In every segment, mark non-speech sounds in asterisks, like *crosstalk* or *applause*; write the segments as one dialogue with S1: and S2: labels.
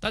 S1: 大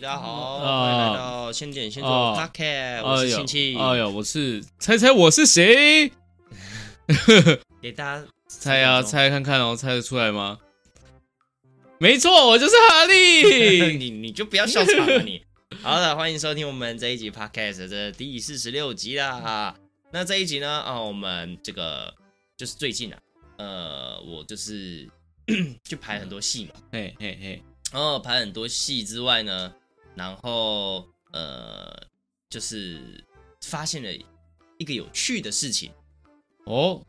S2: 大家好，
S1: 啊
S2: 欢迎来到先点先做
S1: 哦
S2: Podcast，我是
S1: 哎呦
S2: 亲戚，
S1: 哎呦，我是猜猜我是谁？
S2: 给大家
S1: 猜啊，
S2: 分钟。
S1: 猜看看哦，猜得出来吗？没错，我就是哈利。
S2: *laughs* 你你就不要笑场了你。好了，欢迎收听我们这一集 podcast，这第四十六集啦。那这一集呢，啊，我们这个就是最近啊，呃，我就是 *coughs* 去排很多戏嘛，
S1: 嘿嘿嘿，
S2: 然后排很多戏之外呢，然后呃，就是发现了一个有趣的事情，
S1: 哦，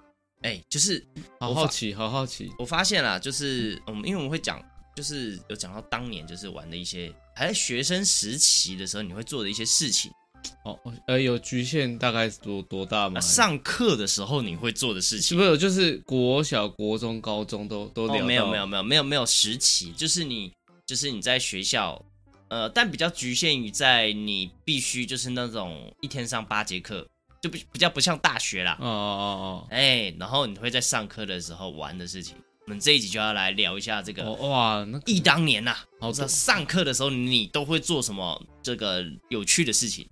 S2: 哎、就是
S1: 好好奇，好好奇。
S2: 我发现啦，就是我们因为我们会讲，就是有讲到当年就是玩的一些，还在学生时期的时候你会做的一些事情，
S1: 哦，呃，有局限大概多多大吗？
S2: 啊、上课的时候你会做的事
S1: 是
S2: 情。
S1: 不是有就是国小、国中、高中都都聊
S2: 哦，
S1: 到、
S2: 没有没有没有没有没有时期，就是你就是你在学校，呃，但比较局限于在你必须就是那种一天上八节课，就比比较不像大学啦
S1: 哦。哦
S2: 哎，然后你会在上课的时候玩的事情，我们这一集就要来聊一下这
S1: 哦
S2: 个
S1: 哦哦，哇，那
S2: 忆当年呐、
S1: 好
S2: 我知道
S1: 多
S2: 上课的时候你都会做什么这个有趣的事情。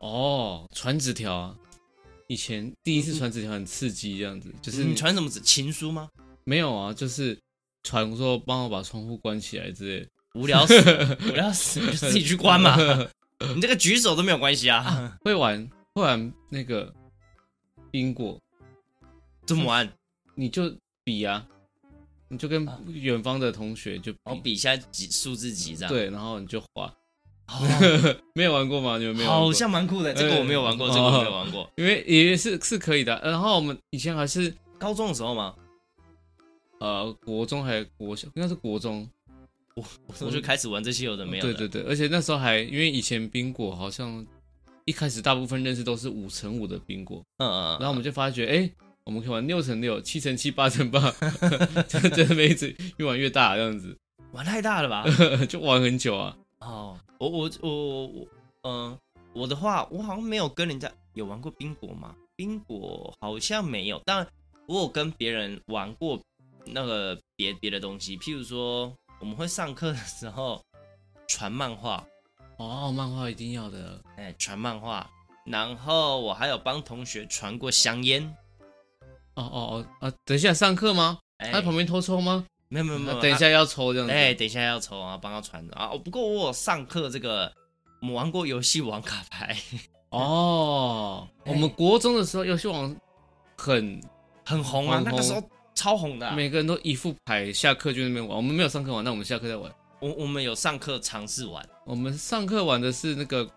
S1: 哦，传纸条啊，以前第一次传纸条很刺激，这样子就是
S2: 你传什么纸情书吗？
S1: 没有啊，就是传说帮我把窗户关起来之类的，
S2: 无
S1: *laughs*
S2: 聊死了，无聊死了，你就自己去关嘛。你这个举手都没有关系啊，
S1: 会玩会玩那个因果，
S2: 这
S1: *laughs*
S2: 么玩？
S1: 你就比啊，你就跟远方的同学就比，啊
S2: 我啊哦比一啊下几数字几这
S1: 哦
S2: 样。
S1: 对，然后你就滑，
S2: 哦，
S1: *laughs* 没有玩过吗？你们没有玩过？
S2: 好像蛮酷的，这个我没有玩过，
S1: 哎
S2: 这个我没有玩过。
S1: 因为也是是可以的啊、然后我们以前还是。
S2: 高中的时候吗？
S1: 呃，国中还国小，应该是国中，
S2: 我就开始玩这些有的没有
S1: 对
S2: 的。
S1: 对对，而且那时候还因为以前冰果好像一开始大部分认识都是五乘五的冰果，
S2: 嗯嗯
S1: 然
S2: 嗯。
S1: 后我们就发觉，哎、我们可以玩六乘六、七乘七、八乘八， *laughs* 就真的每一次越玩越大这样子， *laughs*
S2: 玩太大了吧？
S1: 就玩很久啊。
S2: 哦，我我我我，嗯，我的话，我好像没有跟人家有玩过冰果吗？冰果好像没有，但我有跟别人玩过那个别别的东西，譬如说我们会上课的时候传漫画，
S1: 哦，漫画一定要的，
S2: 哎，传漫画，然后我还有帮同学传过香烟，
S1: 哦哦哦啊！等一下上课吗？
S2: 哎，
S1: 他在旁边偷抽吗？
S2: 没有没有没
S1: 那
S2: 有，
S1: 等一下要抽这样
S2: 啊，
S1: 子。
S2: 哎，等一下要抽啊，帮他传啊。哦，不过我有上课这个，我们玩过游戏王卡牌，
S1: 哦，我们国中的时候游戏王很
S2: 很红啊，
S1: 很
S2: 那个
S1: 红
S2: 时候超红的啊、
S1: 每个人都一副牌，下课就在那边玩。我们没有上课玩，那我们下课再玩。
S2: 我我们有上课尝试玩，
S1: 我们上课玩的是那个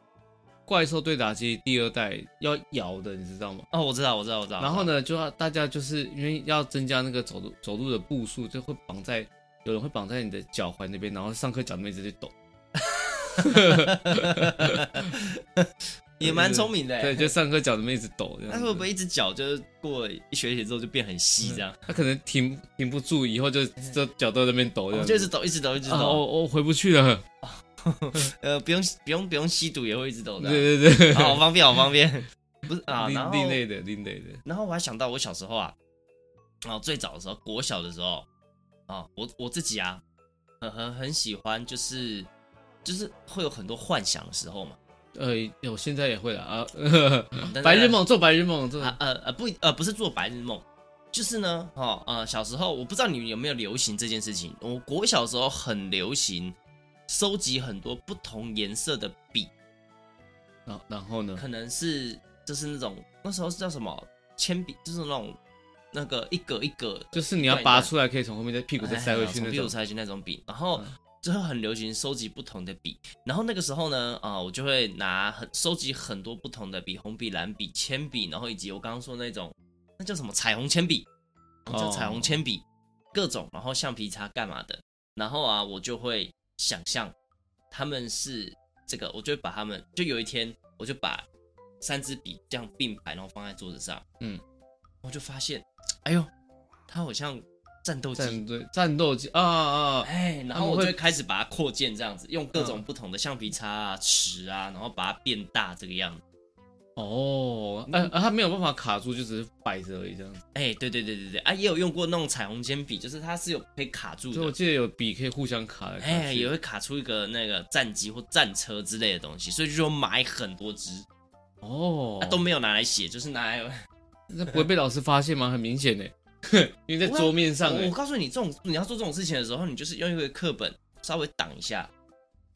S1: 怪兽对打机第二代要摇的，你知道吗？
S2: 哦，我知道，我知道，我知道。
S1: 然后？
S2: *laughs*
S1: 呢，就要大家就是因为要增加那个走路走路的步数，就会绑在有人会绑在你的脚踝那边，然后上课脚那边直接抖。
S2: 也蛮聪明的欸。
S1: 对，就上课脚那边一直抖这样
S2: 那
S1: 子。
S2: 会不会一只脚就是过了一学期之后就变很细这样？
S1: 他可能停停不住，以后就就脚都在那边抖这
S2: 我
S1: 样
S2: 哦就一直
S1: 子。
S2: 抖，一直抖，一直
S1: 啊，
S2: 抖。
S1: 我我回不去了。
S2: 呃，不用不用不用吸毒也会一直抖的啊，
S1: 对对对，
S2: 啊好方便，好方便。不是
S1: *laughs*
S2: 啊，然
S1: 另
S2: 后
S1: 另类的另类的。
S2: 然后我还想到我小时候啊，啊最早的时候，国小的时候啊，我我自己啊，很很很喜欢，就是就是会有很多幻想的时候嘛。
S1: 呃，我现在也会了啊，
S2: 但是
S1: 白日梦做白日梦做。
S2: 啊呃呃不呃不是做白日梦，就是呢，哦呃小时候我不知道你有没有流行这件事情，我国小时候很流行收集很多不同颜色的笔，
S1: 然后然后呢？
S2: 可能是就是那种那时候是叫什么铅笔，就是那种那个一格一格
S1: 就是你要拔出来，可以从后面再屁股再塞回去
S2: 哎从
S1: 那
S2: 屁股
S1: 种。嗯
S2: 塞回去那种笔，然后。就会很流行收集不同的笔，然后那个时候呢，啊、我就会拿很收集很多不同的笔，红笔、蓝笔、铅笔，然后以及我刚刚说的那种，那叫什么彩虹铅笔，
S1: 哦
S2: 叫彩虹铅笔，各种，然后橡皮擦干嘛的，然后啊，我就会想象他们是这个，我就会把他们，就有一天我就把三支笔这样并排，然后放在桌子上，
S1: 嗯，
S2: 我就发现，哎呦，它好像战斗机
S1: 战队战斗机啊啊啊！
S2: 哎，然
S1: 他
S2: 后
S1: 们
S2: 我
S1: 会
S2: 就开始把它扩建，这样子，用各种
S1: 嗯
S2: 不同的橡皮擦啊、尺啊，然后把它变大这个样子。
S1: 哦，哎、啊，他没有办法卡住，就只是摆着而已这样子。
S2: 哎，对对对对对，啊，也有用过那种彩虹铅笔，就是它是有可以卡住
S1: 所以我
S2: 的，
S1: 记得有笔可以互相卡来卡去。
S2: 哎，也会卡出一个那个战机或战车之类的东西，所以就说买很多支，
S1: 哦，
S2: 啊都没有拿来写，就是拿来。
S1: 那不会被老师发现吗？很明显呢， *laughs* 因为在桌面上
S2: 啊我我
S1: 哎。
S2: 告诉你，这种你要做这种事情的时候，你就是用一个课本稍微挡一下，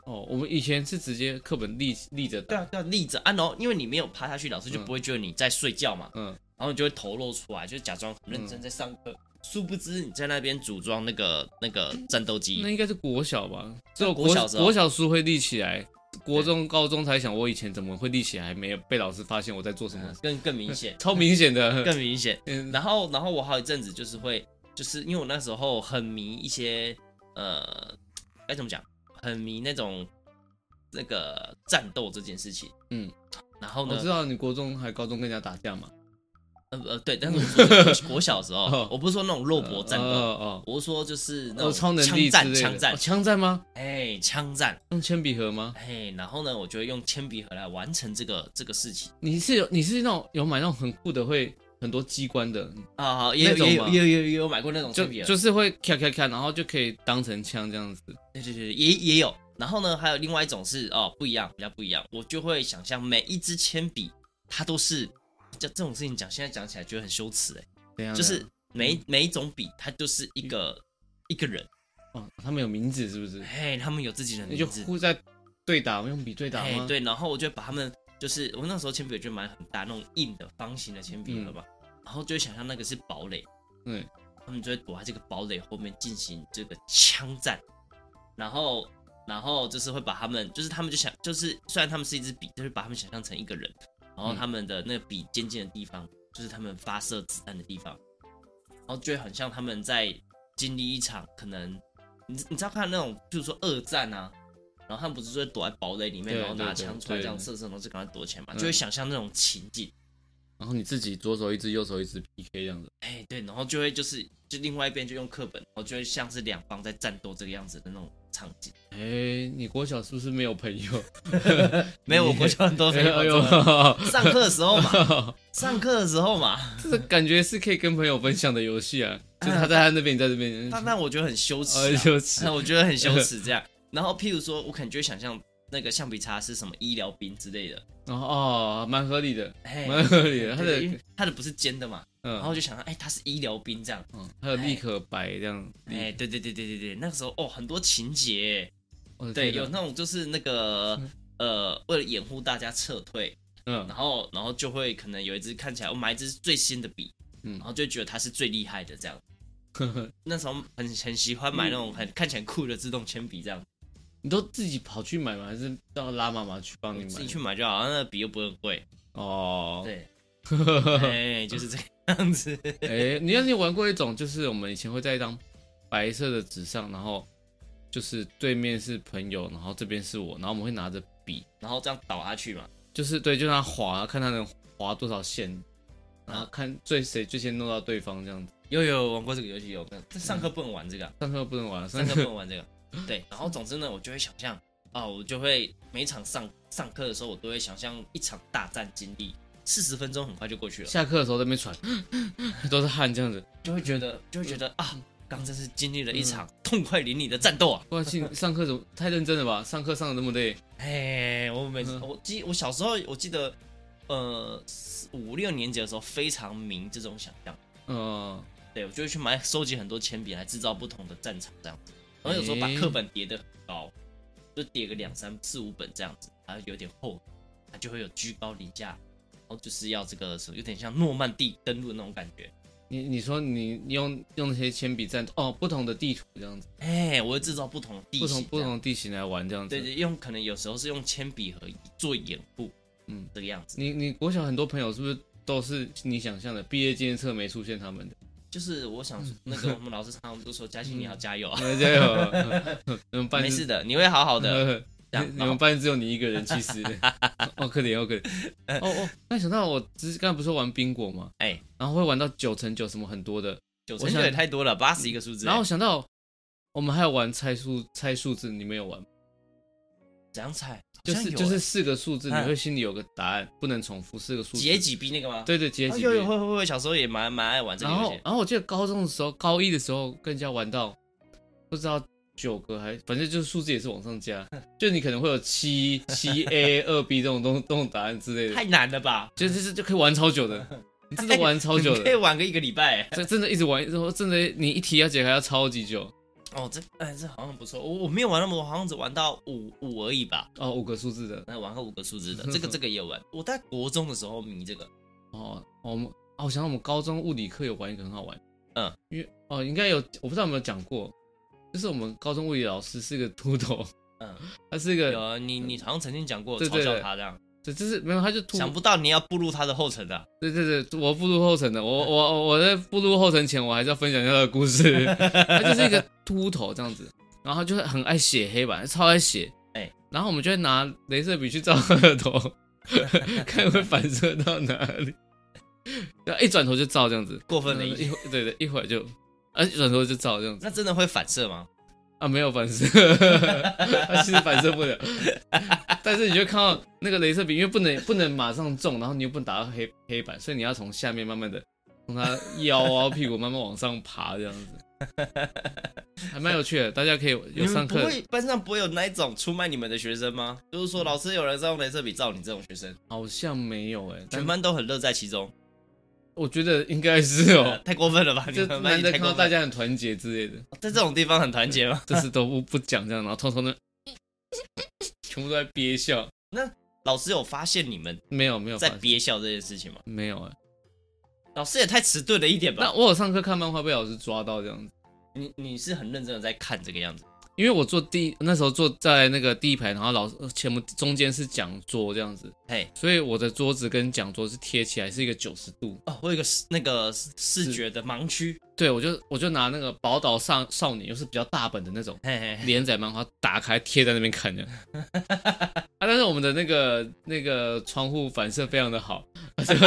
S1: 哦，我们以前是直接课本立立着
S2: 对
S1: 打，
S2: 啊对啊，立着啊，然后因为你没有趴下去，老师就
S1: 嗯
S2: 不会觉得你在睡觉嘛，
S1: 嗯，
S2: 然后你就会头露出来，就假装很认真在上课，殊不知你在那边组装那个那个战斗
S1: 那
S2: 机。
S1: 应该是国小吧？只有
S2: 啊国小时候
S1: 国小书会立起来，国中、高中才想我以前怎么会立起来，没有被老师发现我在做什么，，
S2: 更更明显
S1: *laughs* 超明显的。
S2: 嗯更明显。
S1: 嗯，
S2: 然后，然后我好一阵子就是会，就是因为我那时候很迷一些呃，该怎么讲，很迷那种那个战斗这件事情。
S1: 嗯，
S2: 然后
S1: 我
S2: 呢
S1: 知，道你国中还高中跟人家打架嘛？
S2: 呃呃，对，但是我说的是我小时候
S1: *laughs* 哦，
S2: 我不是说那种肉搏战斗，
S1: 哦
S2: 我是说就是那
S1: 哦，
S2: 种
S1: 哦，超能
S2: 枪
S1: 力之
S2: 战，
S1: 类的
S2: 枪战
S1: 哦，枪战吗？
S2: 哎，枪战。
S1: 用铅笔盒吗？
S2: 哎，然后呢，我就会用铅笔盒来完成这个这个事情
S1: 你是有你是那种有买那种很酷的，会很多机关的，
S2: 啊，也有
S1: 那种
S2: 也有
S1: 吗
S2: 也有也有也有买过那种
S1: 就
S2: 铅笔盒，
S1: 就是会咔咔咔，然后就可以当成枪这样子。
S2: 对对对，也也有。然后呢，还有另外一种是哦，不一样，比较不一样，我就会想象每一支铅笔，它都是这这种事情讲，现在讲起来觉得很羞耻哎，
S1: 怎样？
S2: 就是每一每一种笔，它就是一个一个人，
S1: 哦，他们有名字是不是？
S2: 哎，他们有自己的
S1: 那就
S2: 名字，
S1: 互在对打，用笔对打
S2: 哎
S1: 吗？，
S2: 对，然后我就把他们，就是我那时候铅笔就买很大那种硬的方形的铅笔盒嘛，
S1: 嗯
S2: 然后就会想象那个是堡垒，
S1: 对，
S2: 他们就会躲在这个堡垒后面进行这个枪战，然后然后就是会把他们，就是他们就想，就是虽然他们是一支笔，就是把他们想象成一个人，然后他们的那个笔尖尖的地方，就是他们发射子弹的地方，然后就会很像他们在经历一场可能，你知你知道看那种，比如说二战啊。然后他们不是就会躲在堡垒里面，
S1: 对
S2: 然后拿
S1: 对对
S2: 枪出来
S1: 对
S2: 这样射射，然后就赶快躲起来嘛，
S1: 嗯
S2: 就会想象那种情景。
S1: 然后你自己左手一只，右手一只 PK 这样子。
S2: 哎，对，然后就会就是就另外一边就用课本，然后就会像是两方在战斗这个样子的那种场景。
S1: 哎、你国小是不是没有朋友？
S2: *laughs* 没有，我国小很多朋
S1: 哎
S2: 友，真
S1: 呦，
S2: 的 *laughs* 上课的时候
S1: *laughs*
S2: 嘛，上课的时候嘛，
S1: 这感觉是可以跟朋友分享的游戏啊，就是他在他那边，你在这边，
S2: 但但我觉得很羞耻、
S1: 呃，
S2: 啊，
S1: 羞耻
S2: *laughs* 那。我觉得很羞耻这样。然后譬如说，我可能就会想象那个橡皮擦是什么医疗兵之类的，
S1: 然后哦，蛮合理的，
S2: 哎，
S1: 蛮合理的。他
S2: 对因
S1: 的
S2: 为它的不是尖的嘛，然后
S1: 嗯，
S2: 就想到哎，它是医疗兵这样，
S1: 嗯，还有立可白这样。
S2: 哎，对对对对对对，那个时候哦，很多情节，
S1: 我嗯的
S2: 对，
S1: 天
S2: 有
S1: 哪
S2: 那种就是那个呃，为了掩护大家撤退，
S1: 嗯
S2: 然后然后就会可能有一支看起来我哦买一支最新的笔，
S1: 嗯
S2: 然后就觉得它是最厉害的这样。那时候很很喜欢买那种很看起来很酷的自动铅笔这样，
S1: 你都自己跑去买吗？还是让拉妈妈去帮你买？
S2: 自己去买就好，那笔又不会很贵。
S1: 哦，
S2: 对，哎，就是这个样子。 *laughs*
S1: 哎、你有你有玩过一种，就是我们以前会在一张白色的纸上，然后就是对面是朋友，然后这边是我，然后我们会拿着笔，
S2: 然后这样倒下去嘛，
S1: 就是对，就让它划，看它能划多少线，然
S2: 啊
S1: 后看最谁最先弄到对方这样子。
S2: 有有玩过这个游戏有，但上课不能玩这个啊，
S1: 上课不能玩，上
S2: 上课
S1: 课
S2: 不能玩这个。对，然后总之呢，我就会想象啊，我就会每场上上课的时候，我都会想象一场大战经历，四十分钟很快就过去了。
S1: 下课的时候在那边喘， *laughs* 都是汗这样子。
S2: 就会觉得就会觉得啊，刚真是经历了一场痛快淋漓的战斗啊！
S1: 不然
S2: *laughs*
S1: 信上课怎么太认真了吧？上课上的那么累，
S2: 哎，我每次
S1: 嗯
S2: 我记我小时候我记得，呃，四五六年级的时候非常迷这种想象，
S1: 嗯、
S2: 对我就会去买收集很多铅笔来制造不同的战场这样子，然后有时候把
S1: 哎
S2: 课本叠得很高，就叠个两三四五本这样子，然后有点厚，它就会有居高临下，然后就是要这个有点像诺曼底登陆的那种感觉。
S1: 你你说你你用用那些铅笔战哦，不同的地图这样子，
S2: 哎，我会制造不同的地
S1: 不同
S2: 形，
S1: 不同的地形来玩这样子。
S2: 对对，用可能有时候是用铅笔盒做掩护，嗯
S1: 嗯，
S2: 这个样子。
S1: 你你国小很多朋友是不是都是你想象的？毕业纪念册没出现他
S2: *laughs*
S1: 们的，
S2: 就是我想
S1: 嗯
S2: 说那个我们老师常常都说嘉欣你要加油啊，
S1: 哎加油！你们班 *laughs*
S2: 没事的，你会好好的。
S1: 的，
S2: 这样
S1: 嗯你
S2: 然后 *laughs*
S1: 们班只有你一个人，其实哦哦，可怜哦，可怜。哦哦，那想到我之刚才不是玩冰果吗？
S2: 哎，
S1: 然后会玩到九乘九什么很多的，
S2: 九
S1: 我
S2: 乘九
S1: 想
S2: 也太多了，八十一个数字。
S1: 然后我想到我们还有玩猜数猜数字，你们有玩吗？
S2: 怎样猜？
S1: 就
S2: 好
S1: 是
S2: 像有
S1: 就是
S2: 欸
S1: 四个数字，你
S2: 嗯
S1: 会心里有个答案，不能重复四个数字。
S2: 解几逼那个吗？
S1: 对对解
S2: 啊，
S1: 几
S2: 有有
S1: 遍。
S2: 会会会，小时候也蛮蛮爱玩这个
S1: 然
S2: 游
S1: 后
S2: 戏。
S1: 然后我记得高中的时候，高一的时候更加玩到不知道九个还反正就是数字也是往上加， *laughs* 就你可能会有七七
S2: *laughs*
S1: A 二 B 这种东这种答案之类的
S2: 太，难了吧？
S1: 就就是就可以玩超久的，你真的玩超久
S2: 你可以
S1: 的，
S2: 玩个一个礼拜欸。
S1: 这真的一直玩，然后真的你一题要解开要超级久
S2: 哦，这哎这好像不错。我我没有玩那么多，好像只玩到五五而已吧。
S1: 哦，五个数字的
S2: 那玩过五个数字的，
S1: *laughs*
S2: 这个这个也有玩。我在国中的时候迷这个，
S1: 哦，我们哦，我想到我们高中物理课有玩一个很好玩，
S2: 嗯，
S1: 因为哦应该有我不知道有没有讲过，就是我们高中物理老师是个秃头，
S2: 嗯，
S1: 他是一个
S2: 有啊，你你好像曾经讲过
S1: 对
S2: 嘲
S1: 对
S2: 笑
S1: 对
S2: 他这样，
S1: 对，就是没有他就秃
S2: 想不到你要步入他的后尘啊的。
S1: 对对对，我步入后尘的，我
S2: 嗯
S1: 我我我在步入后尘前，我还是要分享一下他的故
S2: *laughs*
S1: 事。他就是一个秃头这样子，然后他就是很爱写黑板，超爱写。
S2: 哎
S1: 然后我们就会拿镭射笔去照他的
S2: *laughs*
S1: 头， *laughs* 看会反射到哪里。 *laughs* 然后一转头就照这样子，
S2: 过分了一
S1: 一会对对，一会儿就，啊，一转头就照这样子
S2: 那真的会反射吗？
S1: 啊，没有反射，他其实反射不了。 *laughs* 但是你就看到那个镭射笔，因为不能不能马上中，然后你又不能打到黑黑板，所以你要从下面慢慢的从他腰啊屁股慢慢往上爬，这样子，还蛮有趣的。大家可以有
S2: 你们
S1: 上
S2: 不
S1: 课嗯
S2: 会班上不会有那一种出卖你们的学生吗？就是说老师有人在用镭射笔照你这种学生，
S1: 好像没有哎、
S2: 全
S1: 但
S2: 班都很乐在其中。
S1: 我觉得应该是
S2: 呃
S1: 哦、
S2: 太过分了 *laughs*
S1: *laughs*
S2: 吧？你
S1: 就
S2: 们班
S1: 难
S2: 也
S1: 得
S2: 太
S1: 看
S2: 过
S1: 到
S2: 分
S1: 大家很团结之类的，
S2: 在这种地方很团结吗？
S1: 这次都不不讲这样，然后偷偷的，全部都在憋笑，
S2: 老师有发现你们
S1: 没有没有
S2: 在
S1: 发现
S2: 憋笑这件事情吗？
S1: 没有哎、
S2: 老师也太迟钝了一点
S1: 那
S2: 吧？
S1: 我有上课看漫画被老师抓到这样子。
S2: 你你是很认真的在看这个样子，
S1: 因为我坐第一那时候坐在那个第一排，然后老师呃前面中间是讲桌这样子，
S2: 嘿，
S1: 所以我的桌子跟讲桌是贴起来，是一个九十度。
S2: 哦，我有一个视那个视视觉的盲区，
S1: 对，我就我就拿那个宝岛少少年，又是比较大本的
S2: *laughs*
S1: 那种
S2: 嘿嘿嘿，
S1: 连载漫画，打开贴在那边看
S2: *laughs*
S1: 的。啊，但是我们的那个那个窗户反射非常的好， *laughs* 所以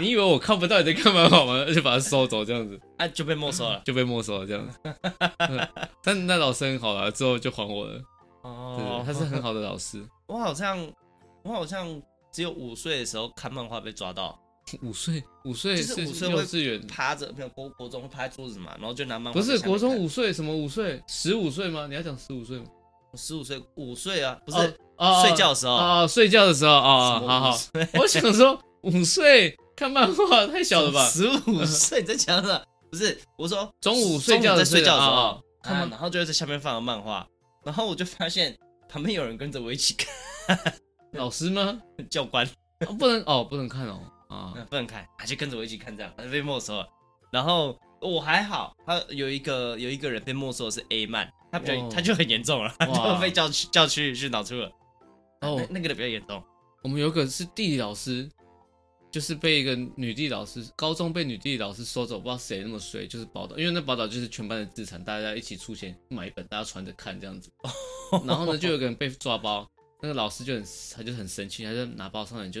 S1: 你以为我看不到你在干嘛好吗？就把它收走，这样子
S2: 啊就被没收了。
S1: 就被没收了，这样子。嗯但那老师很好啦，之后就还我了。对
S2: 哦
S1: 嗯对，他是很好的老师。
S2: 我好像我好像只有五岁的时候看漫画被抓到，
S1: 五岁，五岁
S2: 就是
S1: 是
S2: 五岁
S1: 幼
S2: 会
S1: 稚园，
S2: 趴着没有国国中会趴在桌子嘛，然后就拿漫画
S1: 不
S2: 在
S1: 是
S2: 下面看。
S1: 国中五岁什么五岁？十五岁吗？你要讲十五岁吗？
S2: 十五岁五岁啊，不
S1: 不
S2: 是、
S1: 哦
S2: 睡觉的时候。
S1: 哦，睡觉的时候哦
S2: 什，么
S1: 好好
S2: 五，岁
S1: 我想说五岁看漫画太小了吧？
S2: 十五岁你在讲什么？不是，我说
S1: 中午睡觉
S2: 中午在
S1: 的
S2: 睡觉的时候，
S1: 哦
S2: 啊
S1: 他们
S2: 然后就会在下面放个漫画，然后我就发现旁边有人跟着我一起看，
S1: 老师吗？
S2: 教官、
S1: 哦不能哦，不能看哦啊
S2: 嗯、不能看，啊就跟着我一起看这样，他就被没收了。然后我还好，他有一个有一个人被没收的是 A 漫，他比较、
S1: 哦
S2: 他就很严重了，他
S1: 哇
S2: 就被叫去叫去训导处了。
S1: 哦
S2: 那，那个的比较严重，
S1: 我们有一个是地理老师，就是被一个女地理老师，高中被女地理老师收走，不知道谁那么衰，就是宝岛，因为那宝岛就是全班的资产，大家一起出钱买一本，大家传着看这样
S2: *laughs*
S1: 子。 *laughs* 然后呢，
S2: 嗯
S1: 就有个人被抓包，那个老师就很，他就很生气，他就拿包上来就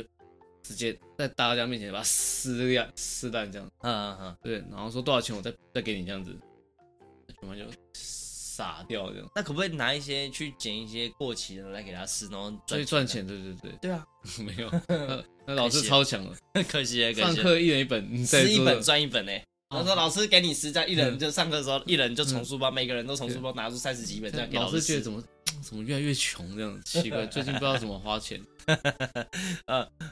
S1: 直接在大家面前把它撕掉、撕烂这样，
S2: 嗯嗯嗯，
S1: 对，然后说多少钱我再再给你这样子，全班就傻掉这样，
S2: 那可不可以拿一些去捡一些过期的来给他吃，然后
S1: 所以
S2: 赚
S1: 赚？钱，对对对，
S2: 对啊，
S1: *laughs* 没有，那那老师超强了，
S2: *laughs* 可惜了，可
S1: 上
S2: 惜了，
S1: 课一人一本，在
S2: 吃一
S1: 桌
S2: 本
S1: 上
S2: 赚一本呢、
S1: 哦
S2: 然后说老师给你十张，一
S1: 嗯
S2: 人就上课的时候，一人就从书包，每个人都从书包拿出三十几本，这样给
S1: 老
S2: 师
S1: 师觉得怎
S2: 么？
S1: 么怎么越来越穷这样，奇怪，最近不知道怎么花钱。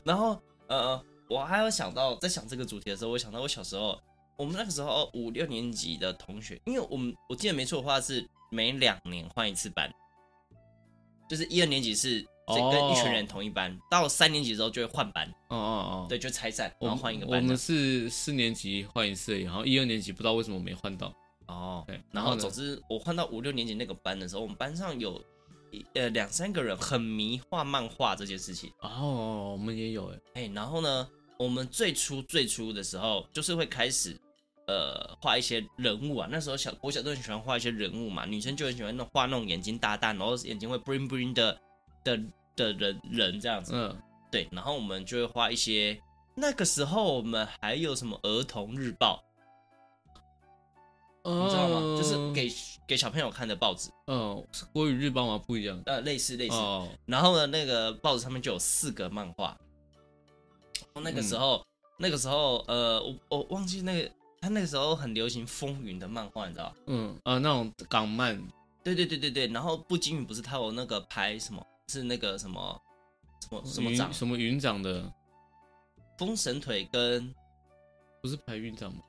S2: 然后呃，我还有想到，在想这个主题的时候，我想到我小时候，我们那个时候哦五六年级的同学，因为我们我记得没错的话是每两年换一次班，就是一二年级是这跟一群人同一班，到三年级之后就会换班，
S1: 哦哦哦，
S2: 对，就拆散，
S1: 我们，
S2: 然后换一个
S1: 我
S2: 班这
S1: 们
S2: 样。
S1: 是四年级换一次而已，然后一二年级不知道为什么没换到。
S2: 哦，
S1: 对，
S2: 然后
S1: 呢
S2: 总之，我换到五六年级那个班的时候，我们班上有一呃两三个人很迷画漫画这件事情。
S1: 哦，我们也有哎，
S2: 哎，然后呢，我们最初最初的时候，就是会开始呃画一些人物啊。那时候小我小都很喜欢画一些人物嘛，女生就很喜欢那种画那种眼睛大大，然后眼睛会 bling bling 的的的人人这样子。
S1: 嗯，
S2: 对，然后我们就会画一些。那个时候我们还有什么儿童日报，你知道吗？就是给给小朋友看的报纸，
S1: 嗯，哦是国语日报吗？不一样
S2: 呃，类似类似。
S1: 哦，
S2: 然后呢，那个报纸上面就有四个漫画。那个时候，那个时候，呃，我我忘记那个，他那个时候很流行《风云》的漫画，你知道吧？
S1: 嗯啊，那种港漫，
S2: 对对对对对。然后不仅仅不是他有那个拍什么，是那个什么什么什么
S1: 云
S2: 长，
S1: 什么云长的，
S2: 风神腿跟
S1: 不是排云长吗？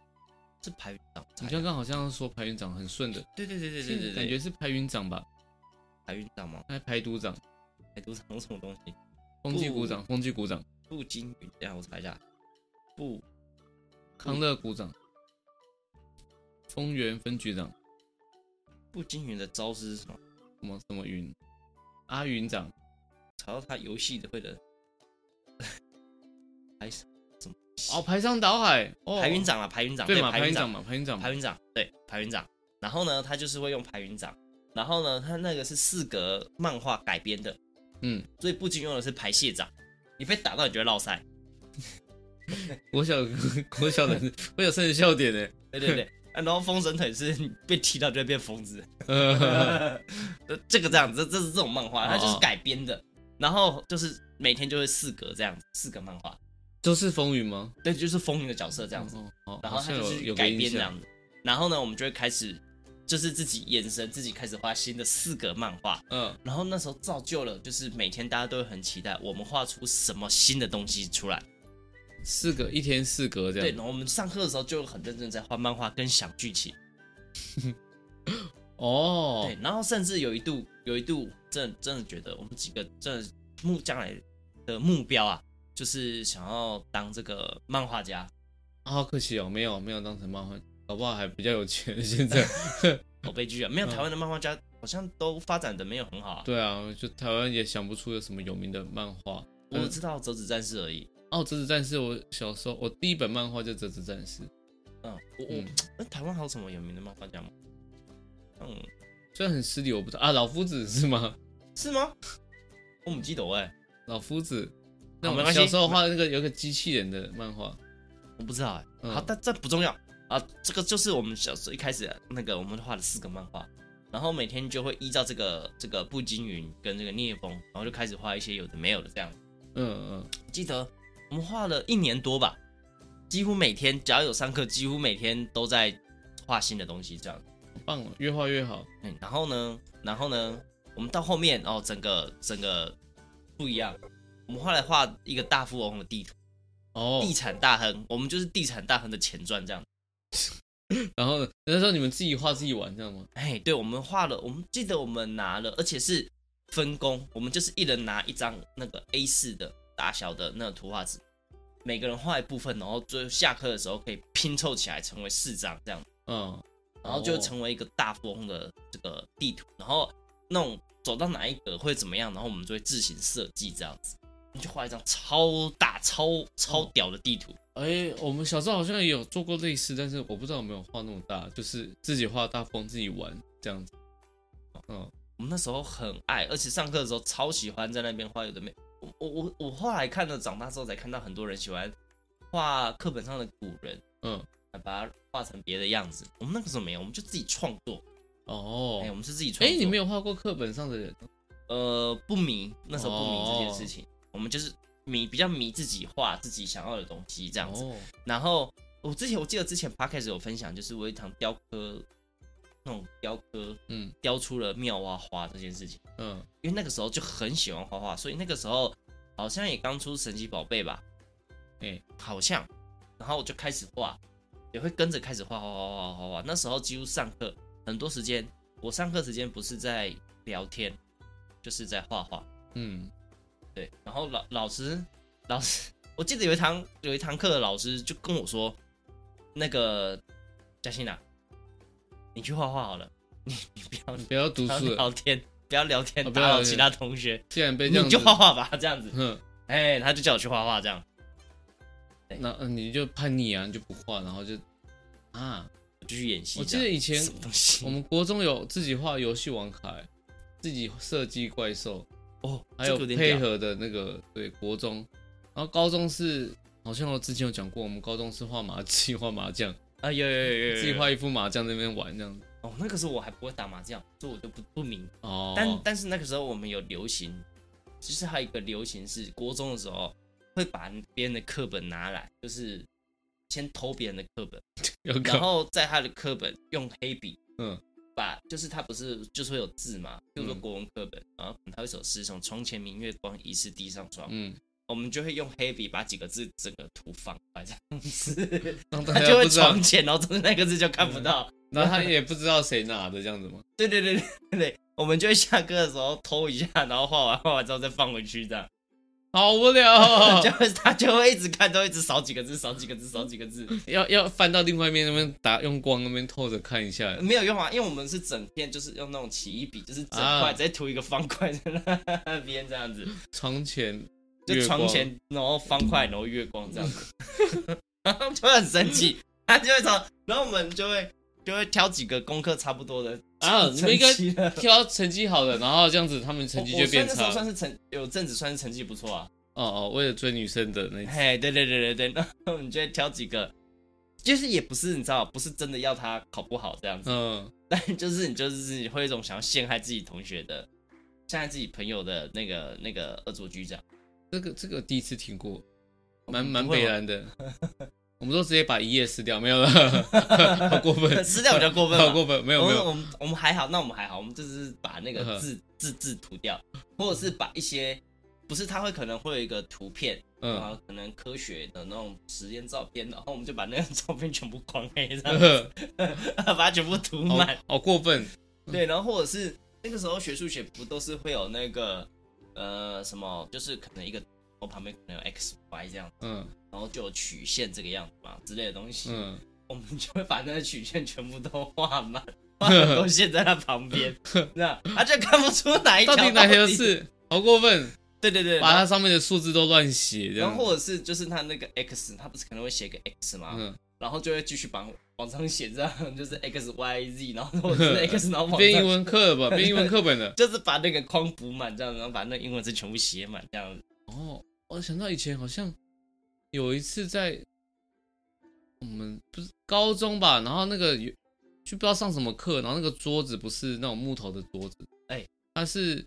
S2: 是排云长，
S1: 你刚刚好像说排云长很顺的，
S2: 对对对对对对对，
S1: 感觉是排云长吧？
S2: 排云长吗？
S1: 还是排毒长、
S2: 排毒长什么东西？
S1: 风纪股长、风纪股长、
S2: 步惊云，等一下我查一下，步
S1: 康乐股长、丰原分局长，
S2: 步惊云的招式是什么？
S1: 什么什么云，阿云长，
S2: 查到他游戏的会的，排什么？
S1: 哦，排山倒海，哦，
S2: 排云长啊，排云长，
S1: 对嘛？
S2: 排
S1: 排
S2: 云
S1: 长
S2: 长，
S1: 嘛，排云长嘛，
S2: 排云长，对，排云长。然后呢，他就是会用排云长。然后呢，他那个是四格漫画改编的，
S1: 嗯，
S2: 所以步惊用的是排泄掌。你被打到，你就会落腮。
S1: 国小国小的国小生的笑点呢，
S2: 对对对，
S1: *laughs*
S2: 啊、然后风神腿是你被踢到就会变疯子。 *laughs*
S1: 呃，
S2: 呃这个这样子，这这是这种漫画，它就
S1: 哦
S2: 是改编的，然后就是每天就会四格这样子，四个漫画，
S1: *laughs* 都是风云吗？
S2: 对，就是风云的角色这
S1: 这
S2: 样子，，
S1: 哦，
S2: 然后
S1: 好
S2: 它
S1: 像
S2: 就
S1: 有
S2: 是
S1: 有
S2: 改
S1: 个印
S2: 编这
S1: 象，
S2: 样子，然后呢，我们就会开始就是自己延伸，自己开始画新的四格漫画，
S1: 嗯，
S2: 然后那时候造就了，就是每天大家都会很期待我们画出什么新的东西出来，
S1: 四格一天四格这
S2: 对，
S1: 样，
S2: 然后我们上课的时候就很认真在画漫画跟想剧情，
S1: 哦
S2: 对，，然后甚至有一度，有一度真的真的觉得我们几个真的目将来的目标啊，就是想要当这个漫画家。
S1: 啊好可惜哦，没有没有当成漫画，搞不好还比较有钱现在。 *laughs*
S2: 好悲剧啊！没有
S1: 嗯
S2: 台湾的漫画家好像都发展的没有很好啊。
S1: 对啊，就台湾也想不出有什么有名的漫画。嗯
S2: 我知道折纸战士而已。
S1: 哦，折纸战士，我小时候我第一本漫画就折纸战士，
S2: 嗯，我我
S1: 嗯，
S2: 那台湾还有什么有名的漫画家吗？嗯，
S1: 虽然很失礼，我不知道啊，老夫子是吗？ *laughs*
S2: 是吗？我母鸡斗哎，
S1: 老夫子，那
S2: 好没
S1: 我
S2: 关系
S1: 小时候画那个有一个机器人的漫画，
S2: 我不知道哎、
S1: 嗯
S2: 好，但这不重要啊。这个就是我们小时候一开始啊那个我们画的四个漫画，然后每天就会依照这个这个步惊云跟这个聂风，然后就开始画一些有的没有的这样。
S1: 嗯嗯，
S2: 记得我们画了一年多吧，几乎每天只要有上课，几乎每天都在画新的东西这样。
S1: 好棒哦，越画越好。
S2: 嗯，然后呢，然后呢，我们到后面哦，整个整个不一样。我们后来画一个大富翁的地图，
S1: 哦，
S2: 地产大亨，我们就是地产大亨的前传这样。
S1: 然后呢那时候你们自己画自己玩，这样吗？
S2: 哎，对，我们画了，我们记得我们拿了，而且是分工，我们就是一人拿一张那个 A 4的大小的那个图画纸，每个人画一部分，然后最后下课的时候可以拼凑起来成为四张这样，
S1: 嗯，
S2: 然后就
S1: 哦
S2: 会成为一个大富翁的这个地图，然后那种走到哪一格会怎么样，然后我们就会自行设计这样子，你就画一张超大、超超屌的地图，
S1: 哎、我们小时候好像也有做过类似，但是我不知道有没有画那么大，就是自己画大风自己玩这样子。嗯，
S2: 我们那时候很爱，而且上课的时候超喜欢在那边画有的没。我我我我后来看了，长大之后才看到很多人喜欢画课本上的古人，
S1: 嗯，
S2: 把它画成别的样子。我们那个时候没有，我们就自己创作。哎、
S1: 哦，
S2: 我们是自己创
S1: 哎、
S2: 作。
S1: 你没
S2: 有？
S1: 有画过课本上的人？
S2: 呃，不迷，那时候不迷
S1: 哦
S2: 这件事情，我们就是迷比较迷自己画自己想要的东西这样子。
S1: 哦，
S2: 然后我之前我记得之前 p o d c a s 有分享，就是我有一堂雕刻那种雕刻
S1: 嗯
S2: 雕出了妙蛙花这件事情。
S1: 嗯，
S2: 因为那个时候就很喜欢画画，所以那个时候好像也刚出神奇宝贝吧，
S1: 哎
S2: 好像，然后我就开始画，也会跟着开始画画画画画画。那时候几乎上课很多时间，我上课时间不是在聊天，就是在画画。
S1: 嗯，
S2: 对，然后老老师老师，我记得有一堂有一堂课的老师就跟我说，那个嘉欣啊，你去画画好了，你你不要
S1: 你不要读
S2: 不要
S1: 书了，
S2: 聊天，不要聊天
S1: 哦不
S2: 打
S1: 要
S2: 扰
S1: 聊
S2: 其
S1: 天
S2: 他同学。
S1: 既然被这样
S2: 你
S1: 子，
S2: 就画画吧，这样子。
S1: 哼，
S2: 哎、他就叫我去画画，这样
S1: 那呃你就叛逆啊，你就不画，然后就啊，
S2: 我就去演戏。
S1: 我记得
S2: 这样
S1: 以前
S2: 什么东西，
S1: 我们国中有自己画游戏王卡、欸自己设计怪兽，
S2: 我哦，
S1: 还有
S2: 这个点
S1: 配
S2: 屌
S1: 合的那个对国中，然后高中是好像我之前有讲过，我们高中是画麻自己画麻
S2: *laughs*
S1: 将，
S2: 啊，有有有有有
S1: 自己
S2: 有
S1: 画一副麻将在那边玩这样子。
S2: 哦，那个时候我还不会打麻将，所以我就不不明。
S1: 哦，
S2: 但但是那个时候我们有流行，其实还有一个流行是国中的时候会把别人的课本拿来，就是先偷别人的课
S1: *laughs*
S2: 本，
S1: 有
S2: 然
S1: 搞
S2: 后在他的课本用黑笔，
S1: 嗯，
S2: 把就是他不是就是会有字嘛，比如说
S1: 嗯
S2: 国文课本，然后可能他会首诗从床前明月光，疑是地上霜， *laughs*
S1: 嗯，
S2: 我们就会用黑笔把几个字整个图放白这样
S1: *laughs*
S2: *laughs* 子，
S1: 让大
S2: 他
S1: 家
S2: 就
S1: 啊不
S2: 会
S1: 知道
S2: 床，前，然后中间那个字就看不到。
S1: 然后他也不知道谁拿的这样子
S2: *laughs*
S1: 嘛。
S2: 对对对对对对，我们就会下课的时候偷一下，然后画完画完之后再放回去这样。
S1: 好无聊哦、
S2: 就会他就会一直看，都一直少几个字，少几个字，少几个字，
S1: 要要翻到另外一面那边打用光那边透着看一下。
S2: 没有用啊，因为我们是整片，就是用那种起一笔，就是整
S1: 啊
S2: 块直接涂一个方块在那边这样子，
S1: 床前
S2: 就
S1: 月光
S2: 床前然后方块然后月光这样子，然后就会很生气，他就会从，然后我们就会就会挑几个功课差不多的
S1: 啊，你们
S2: *laughs*
S1: 应该
S2: 成绩了
S1: 挑成绩好的，然后这样子他们成绩
S2: 我
S1: 就变
S2: 我虽然那时候
S1: 差。
S2: 算是成有阵子算是成绩不错啊，
S1: 哦哦，为了追女生的那
S2: 嘿，对对对对对，那我们就会挑几个，就是也不是你知道，不是真的要他考不好这样子， *laughs*
S1: 嗯
S2: 但就是你就是你会有一种想要陷害自己同学的，陷害自己朋友的那个那个恶作剧这样。
S1: 这个这个第一次听过，蛮
S2: 哦不
S1: 蛮
S2: 会
S1: 北
S2: 吗
S1: 然
S2: *laughs*
S1: 的。我们都直接把一页撕掉，没有了，好过分，
S2: 撕掉比较过分吧哦
S1: 好过分，没有
S2: 我
S1: 没
S2: 们
S1: 有，
S2: 我们我们还好，那我们还好，我们就是把那个
S1: 嗯
S2: 字字字涂掉，或者是把一些不是他会可能会有一个图片，然
S1: 嗯
S2: 后可能科学的那种实验照片，然后我们就把那个照片全部框黑，这
S1: *laughs*
S2: 样子，
S1: 嗯
S2: 把它全部涂
S1: 好
S2: 满。
S1: 好过分，
S2: 对，然后或者是那个时候学数学不都是会有那个呃什么，就是可能一个我旁边可能有 x y 这样，
S1: 嗯
S2: 然后就有曲线这个样子嘛之类的东西，
S1: 嗯，
S2: *laughs* 我们就会把那个曲线全部都画满，画很多线在它旁
S1: *laughs*
S2: 边，那他就看不出哪一条
S1: 到底哪条
S2: 哎底？
S1: 是？好过分，
S2: 对对对，
S1: 把
S2: 然
S1: 它
S2: 后
S1: 上面的数字都乱写，这
S2: 然
S1: 样
S2: 后。或啊者是就是他那个 x，他不是可能会写个 x 吗？
S1: 嗯，
S2: 然后就会继续往往上写，这样就是 x y z，然后或者
S1: *laughs*
S2: 是 x，然后往
S1: 编
S2: 上
S1: 英文课吧，编英文课本了。
S2: 就是把那个框补满这样，然后把那英文字全部写满这样子。
S1: 哦，我想到以前好像有一次在我们不是高中吧，然后那个有就不知道上什么课，然后那个桌子不是那种木头的桌子，
S2: 哎
S1: 它是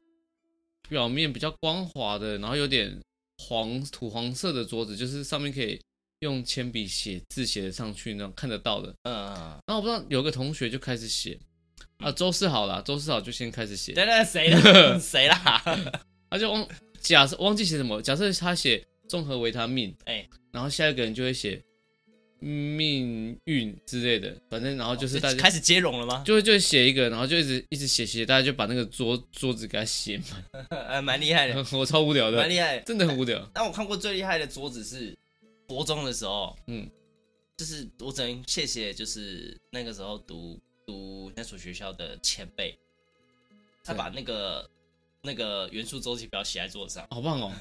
S1: 表面比较光滑的，然后有点黄土黄色的桌子，就是上面可以用铅笔写字写得上去那种看得到的。
S2: 嗯，
S1: 然后我不知道有个同学就开始写。啊，周四好啦，周四好就先开始写，
S2: 等等，谁
S1: *laughs*
S2: 啦？谁啦？
S1: 他就忘假设忘记写什么，假设他写综合维他命，
S2: 哎
S1: 然后下一个人就会写命运之类的，反正然后就是大家、
S2: 哦 *laughs* 开始接龙了吗？
S1: 就会就会写一个，然后就一直一直写写，大家就把那个桌桌子给他写满，
S2: 呃，蛮厉害的，
S1: *laughs* 我超无聊
S2: 蛮
S1: 的，
S2: 厉害的。
S1: 真的很无聊。
S2: 但我看过最厉害的桌子是国中的时候，
S1: 嗯，
S2: 就是我只能谢谢，就是那个时候读读那所学校的前辈，他把那个那个元素周期表写在桌子上。
S1: 好棒哦！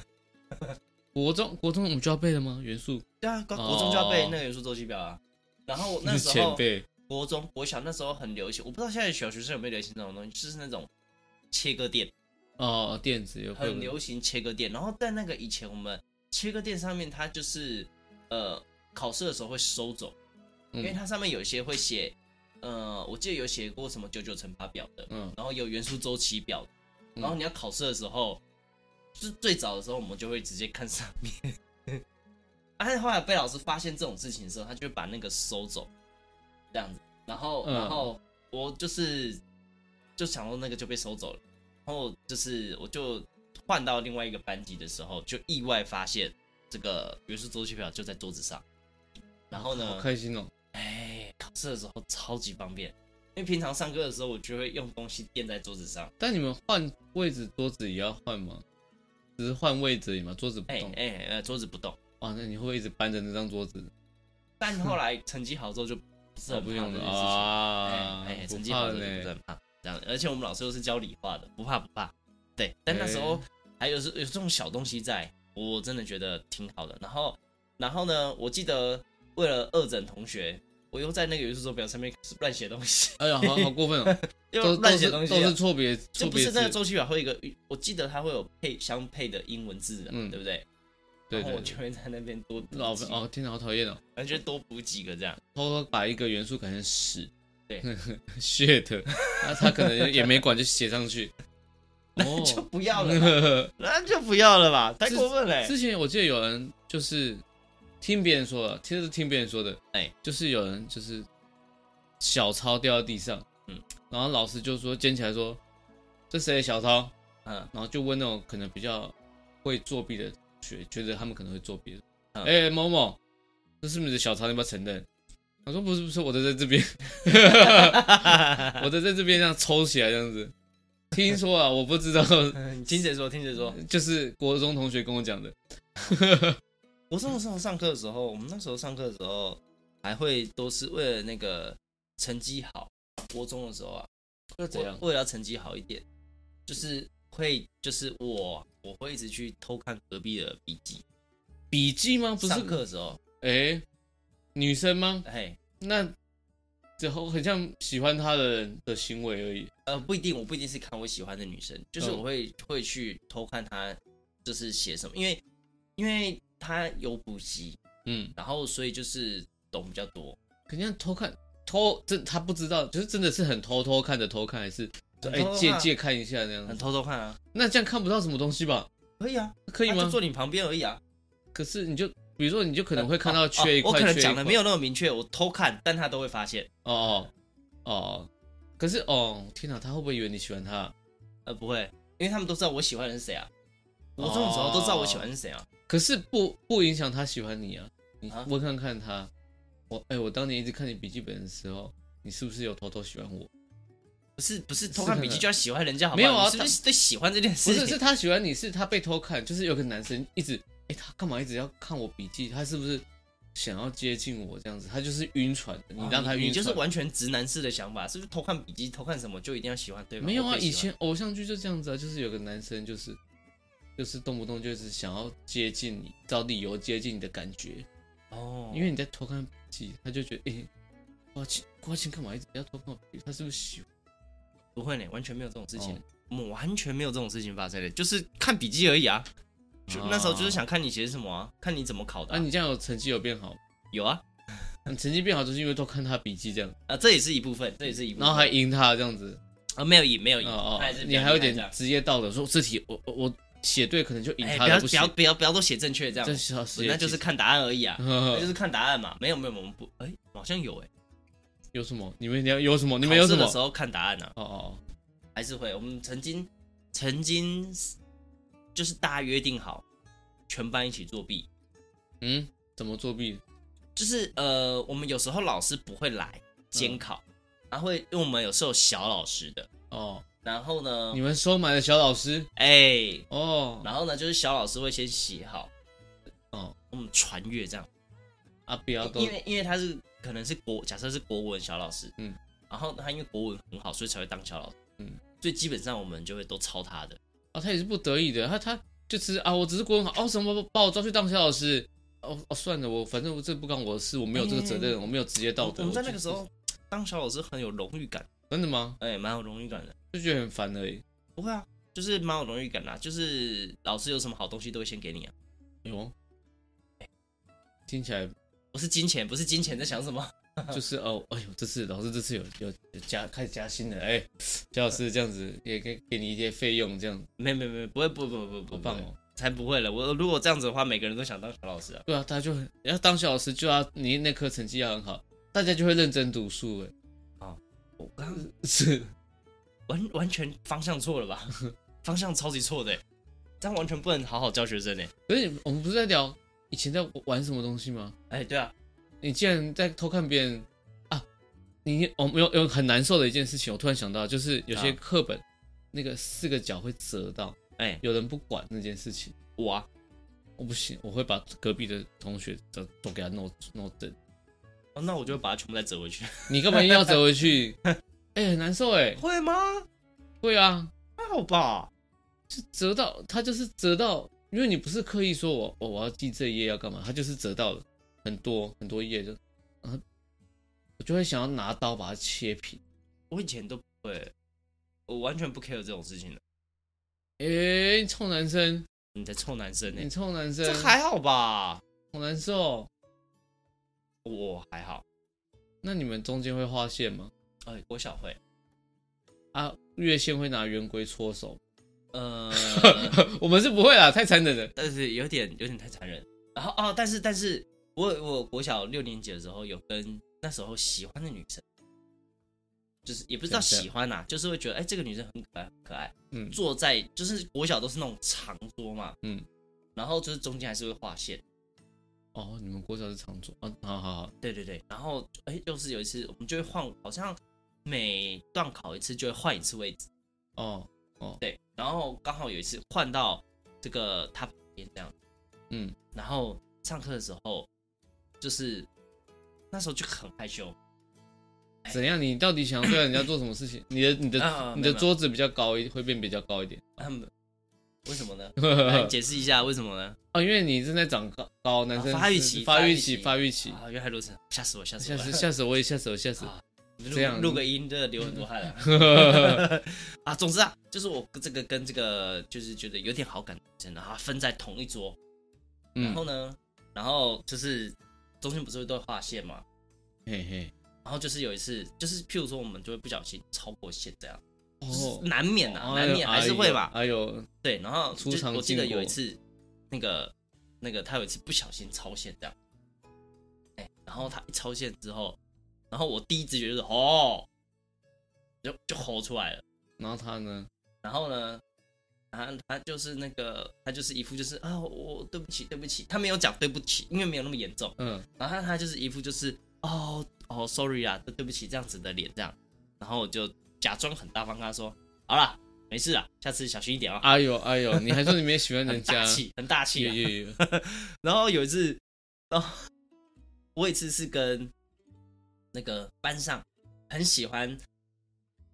S1: 国中国中我们就要背了吗？元素
S2: 对啊，国国中就要背那个元素周期表啊。然后那
S1: 是
S2: 时候
S1: 哦前辈
S2: 国中、国小那时候很流行，我不知道现在小学生有没有流行这种东西，就是那种切割垫，
S1: 哦，电子有
S2: 很流行切割垫。然后在那个以前，我们切割垫上面，它就是呃考试的时候会收走，因为
S1: 嗯
S2: 它上面有一些会写，呃，我记得有写过什么九九乘法表的，
S1: 嗯
S2: 然后有元素周期表的，
S1: 嗯
S2: 然后你要考试的时候，就是最早的时候，我们就会直接看上面。 *laughs* 啊但是后来被老师发现这种事情的时候，他就会把那个收走，这样子。然后，
S1: 嗯
S2: 然后我就是就想说那个就被收走了，然后就是我就换到另外一个班级的时候，就意外发现这个元素周期表就在桌子上。然后
S1: 好
S2: 呢，
S1: 开心哦！
S2: 哎，考试的时候超级方便，因为平常上课的时候我就会用东西垫在桌子上。
S1: 但你们换位置桌子也要换吗？只是换位置而已嘛，桌子不
S2: 哎
S1: 动。
S2: 哎，呃，桌子不动。
S1: 哇，那你会不会一直搬着那张桌子？
S2: 但后来成绩好之后就不是
S1: 我哦
S2: 很怕
S1: 不
S2: 这
S1: 用
S2: 件
S1: 了
S2: 事情。
S1: 啊
S2: 哎，哎，
S1: 不
S2: 成绩
S1: 怕
S2: 好
S1: 了
S2: 之后就不是
S1: 呢。
S2: 很怕这样。而且我们老师又是教理化的，不怕不怕。对，但那时候
S1: 哎
S2: 还有是有这种小东西在，我真的觉得挺好的。然后然后呢，我记得为了二诊同学，我又在那个元素手表上面乱写东西， *laughs*
S1: 哎呀，好好过 *laughs* 分哦，
S2: 又
S1: 都
S2: 乱
S1: 都
S2: 写
S1: 是
S2: 东西
S1: 都
S2: 啊、
S1: 是错别
S2: 就
S1: 错
S2: 不
S1: 别
S2: 是那个
S1: 字，
S2: 周期表会有一个，我记得它会有配相配的英文字的，
S1: 嗯
S2: 对不对？
S1: 对
S2: 然后
S1: 对
S2: 我就
S1: 对，
S2: 会在那边多补
S1: 老
S2: 几个，
S1: 哦天哪，好讨厌哦，
S2: 反正就多补几个这样。
S1: 偷偷把一个元素改成屎，
S2: 对
S1: *laughs* ，shit，那他可能也没管就写上去， *laughs* 哦，
S2: 就不要了吧， *laughs* 那就不要了吧，太过分了欸、
S1: 之前我记得有人就是听别人说的，其实是听别人说的，
S2: 哎
S1: 就是有人就是小抄掉到地上，
S2: 嗯
S1: 嗯，然后老师就说捡起来说这谁的小抄，
S2: 嗯，
S1: 然后就问那种可能比较会作弊的同学，觉得他们可能会作弊，哎、
S2: 嗯
S1: 某某，这是不是你的小抄？你要不要承认？他说不是不是，我的在这 *laughs* 边，我的在这边这样抽起来这样子。听说啊，我不知道，
S2: 嗯听谁说？听谁说？
S1: 就是国中同学跟我讲的。
S2: 我上上上课的时候，我们那时候上课的时候，还会都是为了那个成绩好。国中的时候啊，
S1: 那怎样
S2: 为为了要成绩好一点，就是会就是我我会一直去偷看隔壁的笔记。
S1: 笔记吗？不是
S2: 上课的时候，
S1: 哎、女生吗？
S2: 嘿，
S1: 那之后很像喜欢她的人的行为而已。
S2: 呃，不一定，我不一定是看我喜欢的女生，就是
S1: 嗯
S2: 我会、会去偷看她就是写什么，因为因为她有补习，
S1: 嗯，
S2: 然后所以就是懂比较多，
S1: 很像偷看偷，这她不知道，就是真的是很偷偷看的偷看，还是
S2: 很
S1: 哎、
S2: 偷偷
S1: 借
S2: 看
S1: 借看一下那样
S2: 很
S1: 子？
S2: 偷偷看啊，
S1: 那这样看不到什么东西吧？
S2: 可以啊，
S1: 可以
S2: 她就
S1: 吗？
S2: 坐你旁边而已啊，
S1: 可是你就比如说你就可
S2: 可
S1: 能会看到缺一块，
S2: 呃哦我可能
S1: 缺一
S2: 讲的
S1: 块
S2: 没有那么明确，我偷看，但她都会发现，
S1: 哦哦哦。可是哦，天哪，他会不会以为你喜欢他？
S2: 呃，不会，因为他们都知道我喜欢的是谁啊，我这种时候都知道我喜欢的是谁啊，
S1: 可是不不影响他喜欢你啊。你
S2: 啊
S1: 问看看他，我哎、我当年一直看你笔记本的时候，你是不是有偷偷喜欢我？
S2: 不是不是偷看笔
S1: 是
S2: 记
S1: 的
S2: 就要喜欢人家好不好？
S1: 没有啊
S2: 你是不是对喜欢这件
S1: 不
S2: 事
S1: 是，是
S2: 情？
S1: 他喜欢你，是他被偷看，就是有个男生一直，哎、他干嘛一直要看我笔记？他是不是想要接近我这样子？他就是晕船的，你让他
S2: 哦你
S1: 晕船。
S2: 就是完全直男式的想法，是不是偷看笔记、偷看什么就一定要喜欢对方？
S1: 没有
S2: 我
S1: 啊，
S2: 哦可喜
S1: 以
S2: 欢
S1: 前偶像剧就这样子啊，就是有个男生就是就是动不动就是想要接近你，找理由接近你的感觉，
S2: 哦，
S1: 因为你在偷看笔记，他就觉得，哎、郭庆郭庆干嘛一直要偷看我笔记？他是不是喜欢？
S2: 不会呢，完全没有这种事情，
S1: 哦
S2: 我们完全没有这种事情发生的，就是看笔记而已啊。就
S1: 啊
S2: 那时候就是想看你写什么啊，看你怎么考的
S1: 啊，
S2: 啊、
S1: 你这样有成绩有变好吗？
S2: 有啊，
S1: 你成绩变好就是因为偷看他笔记这样，
S2: 啊，这也是一部分，这也是一部分。
S1: 然后还赢他这样子。
S2: 啊，没有赢，没有赢，
S1: 哦
S2: 他
S1: 哦
S2: 还是，比
S1: 你
S2: 较
S1: 还有
S2: 厉害
S1: 点
S2: 这样
S1: 职业道德，说这题我我我写对可能就赢
S2: 哎，
S1: 他
S2: 不
S1: 了，
S2: 要
S1: 不
S2: 不
S1: 行
S2: 要，不要不要都写正确这样
S1: 这，是要实
S2: 那就是看答案而已啊，那就是看答案嘛。没有没有，我们不，哎，好像有哎，
S1: 有什么？你们要有什么？你们有
S2: 考
S1: 什
S2: 试
S1: 么
S2: 的？时候看答案啊，
S1: 哦哦，
S2: 还是会。我们曾经曾经就是大家约定好，全班一起作弊，
S1: 嗯，怎么作弊？
S2: 就是呃，我们有时候老师不会来监考，他、会因为我们有时候有小老师的，
S1: 哦，
S2: 然后呢
S1: 你，们收买了小老师
S2: 哎、
S1: 哦
S2: 然后呢，就是小老师会先写好，
S1: 哦
S2: 我们传阅这样，
S1: 啊，不要都
S2: 因为因为他是可能是国，假设是国文小老师，
S1: 嗯，
S2: 然后他因为国文很好，所以才会当小老师，
S1: 嗯，
S2: 所以基本上我们就会都抄他的，
S1: 啊，他也是不得已的，他他就是啊，我只是国文好哦，什么把我抓去当小老师。哦哦，算了，我反正我这不干我的事，我没有这个责任，我没有职业道
S2: 哎我
S1: 德。
S2: 们在那
S1: 就
S2: 个时候当小老师很有荣誉感，
S1: 真的吗？
S2: 哎、蛮有荣誉感的，
S1: 就觉得很烦而已。
S2: 不会啊，就是蛮有荣誉感啦、就是老师有什么好东西都会先给你啊，
S1: 哎呦，听起来
S2: 不是金钱，不是金钱，在想什么？ *laughs*
S1: 就是哦，哎呦，这次老师这次有有有加开始加薪了，哎，肖老
S2: 嗯
S1: 师这样子也给给你一些费用，这样
S2: 没没没，不会不不不不
S1: 好
S2: 不
S1: 棒
S2: 不会
S1: 哦。
S2: 才不会了。我如果这样子的话，每个人都想当小老师啊。
S1: 对啊，大家就很要当小老师就要你那科成绩要很好，大家就会认真读书，哎，
S2: 啊我刚刚
S1: 是 *laughs*
S2: 完完全方向错了吧？ *laughs* 方向超级错的欸，这样完全不能好好教学生哎。
S1: 可是我们不是在聊以前在玩什么东西吗？
S2: 哎，对啊，
S1: 你竟然在偷看别人啊！你我们有有很难受的一件事情，我突然想到，就是有些
S2: 啊
S1: 课本、那个四个角会折到，
S2: 哎，
S1: 有人不管那件事情，
S2: 我啊，
S1: 我不行，我会把隔壁的同学都都给他弄弄正。
S2: 哦那我就会把它全部再折回去。
S1: 你干嘛硬要折回去？哎、很难受哎、
S2: *laughs* 会吗？
S1: 会啊，
S2: 还好吧。
S1: 折到他就是折到，因为你不是刻意说哦我我我要记这一页要干嘛，他就是折到了很多很多页就，啊，我就会想要拿刀把它切平。
S2: 我以前都不会，我完全不 care 这种事情的。
S1: 诶、你哎臭男生，
S2: 你在臭男生呢、欸
S1: 你臭男生
S2: 嗯这，还好吧？
S1: 好难受。哦
S2: 我还好，
S1: 那你们中间会画线吗？
S2: 哎，我小慧，
S1: 啊，月线会拿圆规搓手，
S2: *laughs* 呃，
S1: 我们是不会啦，太残忍了。
S2: 但是有点有点太残忍。然后哦，但是但是我我国小六年级的时候有跟那时候喜欢的女生，就是也不知道
S1: 怎样
S2: 喜欢呐、就是会觉得哎、这个女生很可爱很可爱，
S1: 嗯，
S2: 坐在就是国小都是那种长桌嘛，
S1: 嗯，
S2: 然后就是中间还是会划线。
S1: 哦，你们国小是长桌啊，好好好，
S2: 对对对，然后哎、就是有一次我们就会换，好像每段考一次就会换一次位置，
S1: 哦，
S2: 对，然后刚好有一次换到这个他旁边这样，
S1: 嗯，
S2: 然后上课的时候就是那时候就很害羞，
S1: 怎样？你到底想要对人家做什么事
S2: *coughs*
S1: 情？你的你的、
S2: 啊
S1: 你
S2: 没
S1: 的
S2: 有没有
S1: 桌子比较高一，会变比较高一点。
S2: 他们为什么
S1: *laughs*
S2: 呢？来解释一下为什么呢？
S1: 哦，因为你正在长高高，男生、
S2: 啊发育期
S1: 发育
S2: 发
S1: 发育期，
S2: 啊，原来如此，吓死我，吓死
S1: 吓
S2: 我
S1: 死
S2: 了，
S1: 吓死我也吓死我吓死我。
S2: 啊录
S1: 这样
S2: 录个音真的流很
S1: *laughs*
S2: 多汗了啊！总之啊，就是我这个跟这个就是觉得有点好感的女生，然后分在同一桌，然
S1: 嗯，
S2: 后呢，然后就是中间不是会都会画线嘛，
S1: 嘿嘿，
S2: 然后就是有一次，就是譬如说我们就会不小心超过线这样，
S1: 哦，
S2: 难免啊，
S1: 哎
S2: 难
S1: 呦
S2: 免还是会吧。
S1: 哎呦，
S2: 对，然后就
S1: 出场
S2: 我记得
S1: 经过
S2: 有一次，那个那个他有一次不小心超线这样，哎、然后他一超线之后，然后我第一直觉就是哦，就就吼出来了。
S1: 然后他呢？
S2: 然后呢，然后他就是那个他就是一副就是啊我对不起对不起，他没有讲对不起，因为没有那么严重。
S1: 嗯，
S2: 然后他他就是一副就是哦哦，sorry 啊，对对不起这样子的脸这样，然后我就假装很大方跟他说，好啦，没事啊，下次小心一点啊，
S1: 哎呦哎呦，你还说你没喜欢
S2: 很 *laughs*
S1: 人家
S2: 大？气，很大气、
S1: 有
S2: 啊。
S1: 有有，
S2: 然后有一次，然后我有一次是跟那个班上很喜欢，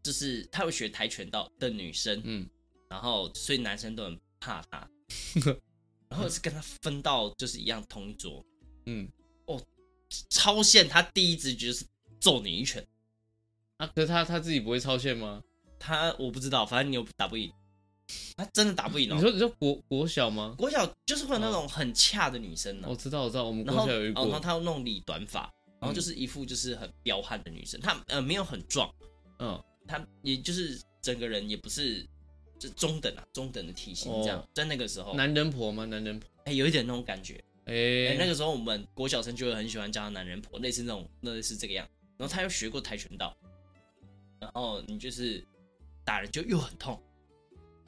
S2: 就是她有学跆拳道的女生，
S1: 嗯，
S2: 然后所以男生都很怕她，然后是跟她分到就是一样同一桌，
S1: 嗯，
S2: 超限她第一直觉就是揍你一拳。
S1: 啊，可是他他自己不会超限吗？
S2: 他我不知道，反正你又打不赢，他真的打不赢
S1: 你
S2: 哦。
S1: 说你说国国小吗？哦
S2: 国小就是会有那种很恰的女生呢、哦
S1: 我知道我知道，我们国
S2: 然后
S1: 小有一
S2: 哦，然后
S1: 过，嗯
S2: 她要弄理短发，然后就是一副就是很彪悍的女生，她呃没有很壮，
S1: 嗯，
S2: 她也就是整个人也不是就中等啊，中等的体型这样，
S1: 哦
S2: 在那个时候，
S1: 男人婆吗？男人婆？
S2: 哎、有一点那种感觉。哎、
S1: 哎，
S2: 那个时候我们国小生就会很喜欢叫她男人婆，类似那种类似这个样。然后她又学过跆拳道，然后你就是打人就又很痛。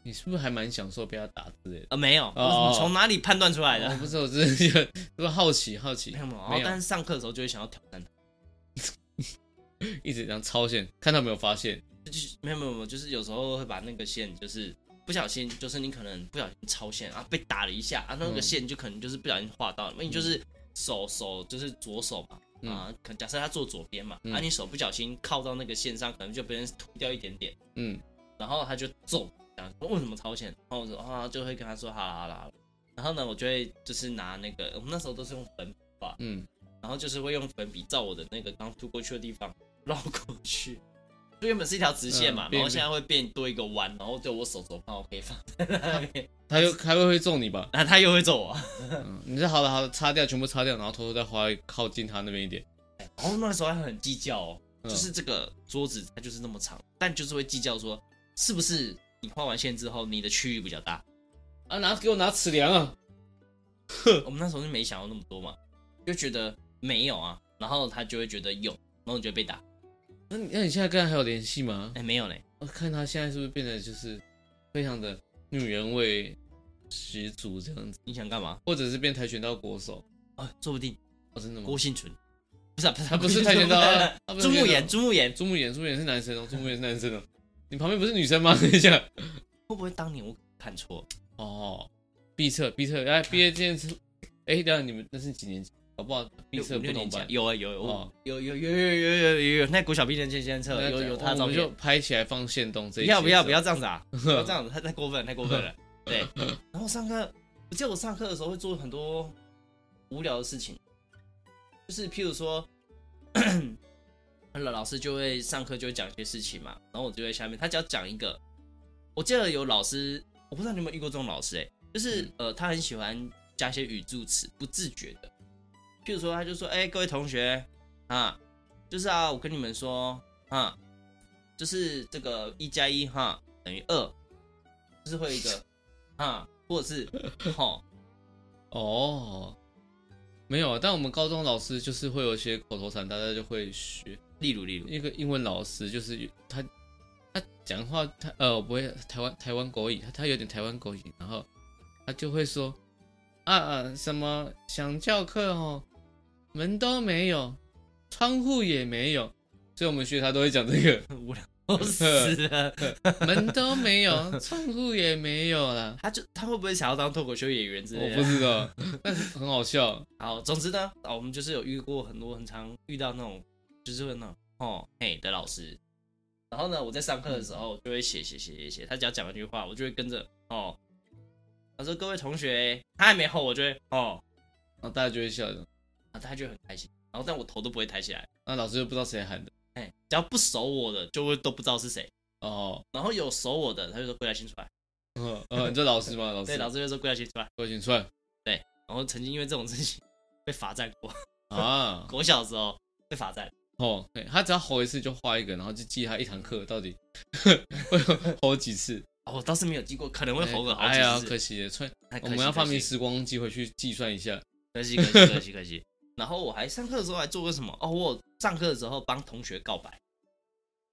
S1: 你是不是还蛮享受被他打之类的？
S2: 啊，没有，
S1: 哦
S2: 我从哪里判断出来的？
S1: 我不是，我只是觉得就是好奇好奇，
S2: 没有，没有。然
S1: 没
S2: 后
S1: 有
S2: 但是上课的时候就会想要挑战他，
S1: 一直这样超限，看到没有发现？
S2: 就是没有没有没有，就是有时候会把那个线就是不小心，就是你可能不小心超线啊，被打了一下啊，那个
S1: 嗯
S2: 线就可能就是不小心划到了，因为你就是手手就是左手嘛。
S1: 嗯
S2: 啊，可假设他坐左边嘛，
S1: 嗯
S2: 啊，你手不小心靠到那个线上，可能就被人突掉一点点，
S1: 嗯，
S2: 然后他就揍，这样说为什么超线？然后我说啊，就会跟他说好了好了好了，然后呢，我就会就是拿那个，我们那时候都是用粉
S1: 嗯，
S2: 然后就是会用粉笔照我的那个刚涂过去的地方绕过去。就原本是一条直线
S1: 嗯
S2: 嘛，然
S1: 变
S2: 后现在会变多一个弯，然后就我手肘放，我可以放在那
S1: 嗯
S2: 边，
S1: 他又开会会揍你吧？
S2: 然后他又会揍我。
S1: 嗯，你说好了好了，擦掉全部擦掉，然后偷偷再花靠近他那边一点。
S2: 然后那时候还很计较哦，
S1: 嗯
S2: 就是这个桌子它就是那么长，但就是会计较说是不是你画完线之后你的区域比较大。
S1: 啊，拿给我拿尺量啊！嗯
S2: 我们那时候就没想到那么多嘛，就觉得没有啊，然后他就会觉得有，然后你就会被打。
S1: 那你那你现在跟他还有联系吗？
S2: 哎，没有嘞，
S1: 我看他现在是不是变得就是非常的女人味十足这样子，
S2: 你想干嘛？
S1: 或者是变跆拳道国手？
S2: 啊，说不定
S1: 哦，真的吗
S2: 郭？幸存，不是、啊、不是、啊，
S1: 他 *laughs* 不是跆拳道
S2: *laughs*
S1: 啊他不是
S2: 朱
S1: 跆拳道
S2: 木炎，朱木炎
S1: 朱木炎，朱木炎是男生哦，朱木炎是男生哦。你旁边不是女生吗？ *laughs* 等一下，
S2: 会不会当年我看错？
S1: 哦，毕测毕测，哎，毕业纪念册，哎，等一下你们那是几年级？搞不好毕
S2: 有
S1: 测
S2: 五
S1: 不
S2: 六
S1: 同
S2: 年级啊
S1: 班。
S2: 有啊有啊
S1: 哦
S2: 有有有有有有有有有那国小毕业纪念册有有他的
S1: 我
S2: 照
S1: 们
S2: 片
S1: 就，拍起来放线动这
S2: 不
S1: 一
S2: 要
S1: 集
S2: 不
S1: 的
S2: 要
S1: 时
S2: 不
S1: 候
S2: 要这样
S1: *laughs*
S2: 子啊，不要这样子，太太过分了太过分了。对，然后上课，我记得我上课的时候会做很多无聊的事情，就是譬如说，那 *clears throat* 老老师就会上课就会讲一些事情嘛，然后我就在下面，他只要讲一个，我记得有老师，我不知道你有没有遇过这种老师、欸，哎，就是、
S1: 嗯
S2: 呃，他很喜欢加一些语助词，不自觉的，譬如说他就说，哎、各位同学啊，就是啊，我跟你们说啊，就是这个一加一哈等于二，就是会有一
S1: *laughs*
S2: 个啊，或者是吼，
S1: 哦，没有啊，但我们高中老师就是会有一些口头禅，大家就会学。
S2: 例
S1: *laughs*
S2: 如例如，
S1: 一个英文老师就是有他，他讲话他呃我不会台湾台湾国语，他他有点台湾国语，然后他就会说啊啊什么想教课哦，门都没有，窗户也没有，所以我们学他都会讲这 *laughs* 个。
S2: 无聊死了。
S1: 门都没有，窗户也没有啦。
S2: 他就他会不会想要当脱口秀演员之类
S1: 我
S2: 的？
S1: 不知道，但是很好笑。
S2: 好，总之呢，啊，我们就是有遇过很多很常遇到那种，就是会那种哦嘿的老师。然后呢，我在上课的时
S1: 嗯
S2: 候就会写写写写写，他只要讲一句话，我就会跟着哦。他说：“各位同学，他还没吼，我就会哦，
S1: 然后大家就会笑的。
S2: 啊，他就很开心。然后，但我头都不会抬起来，
S1: 那老师又不知道谁喊的。
S2: 哎，只要不熟我的，就会都不知道是谁。
S1: 哦，
S2: 然后有熟我的，他就说归来新出来，
S1: 嗯嗯，你这老师吗？老师，
S2: 对，老师就说归来新出来。
S1: 郭景 *laughs* 川
S2: 然后曾经因为这种事情被罚站过，
S1: 啊，
S2: 我小时候被罚站。
S1: 哦，对他只要吼一次就画一个，然后就记他一堂课到底 *laughs* 会吼几次。
S2: 哦，我倒是没有记过，可能 *laughs* 会吼个好几
S1: 哎呀，
S2: 次
S1: 可惜了，所以
S2: 哎可
S1: 我
S2: 惜
S1: 们要发
S2: 可
S1: 明
S2: 惜
S1: 时光机回去计算一下。
S2: 可惜，可惜，可惜，
S1: *laughs*
S2: 可惜。然后我还上课的时候还做过什么？哦，我有上课的时候帮同学告白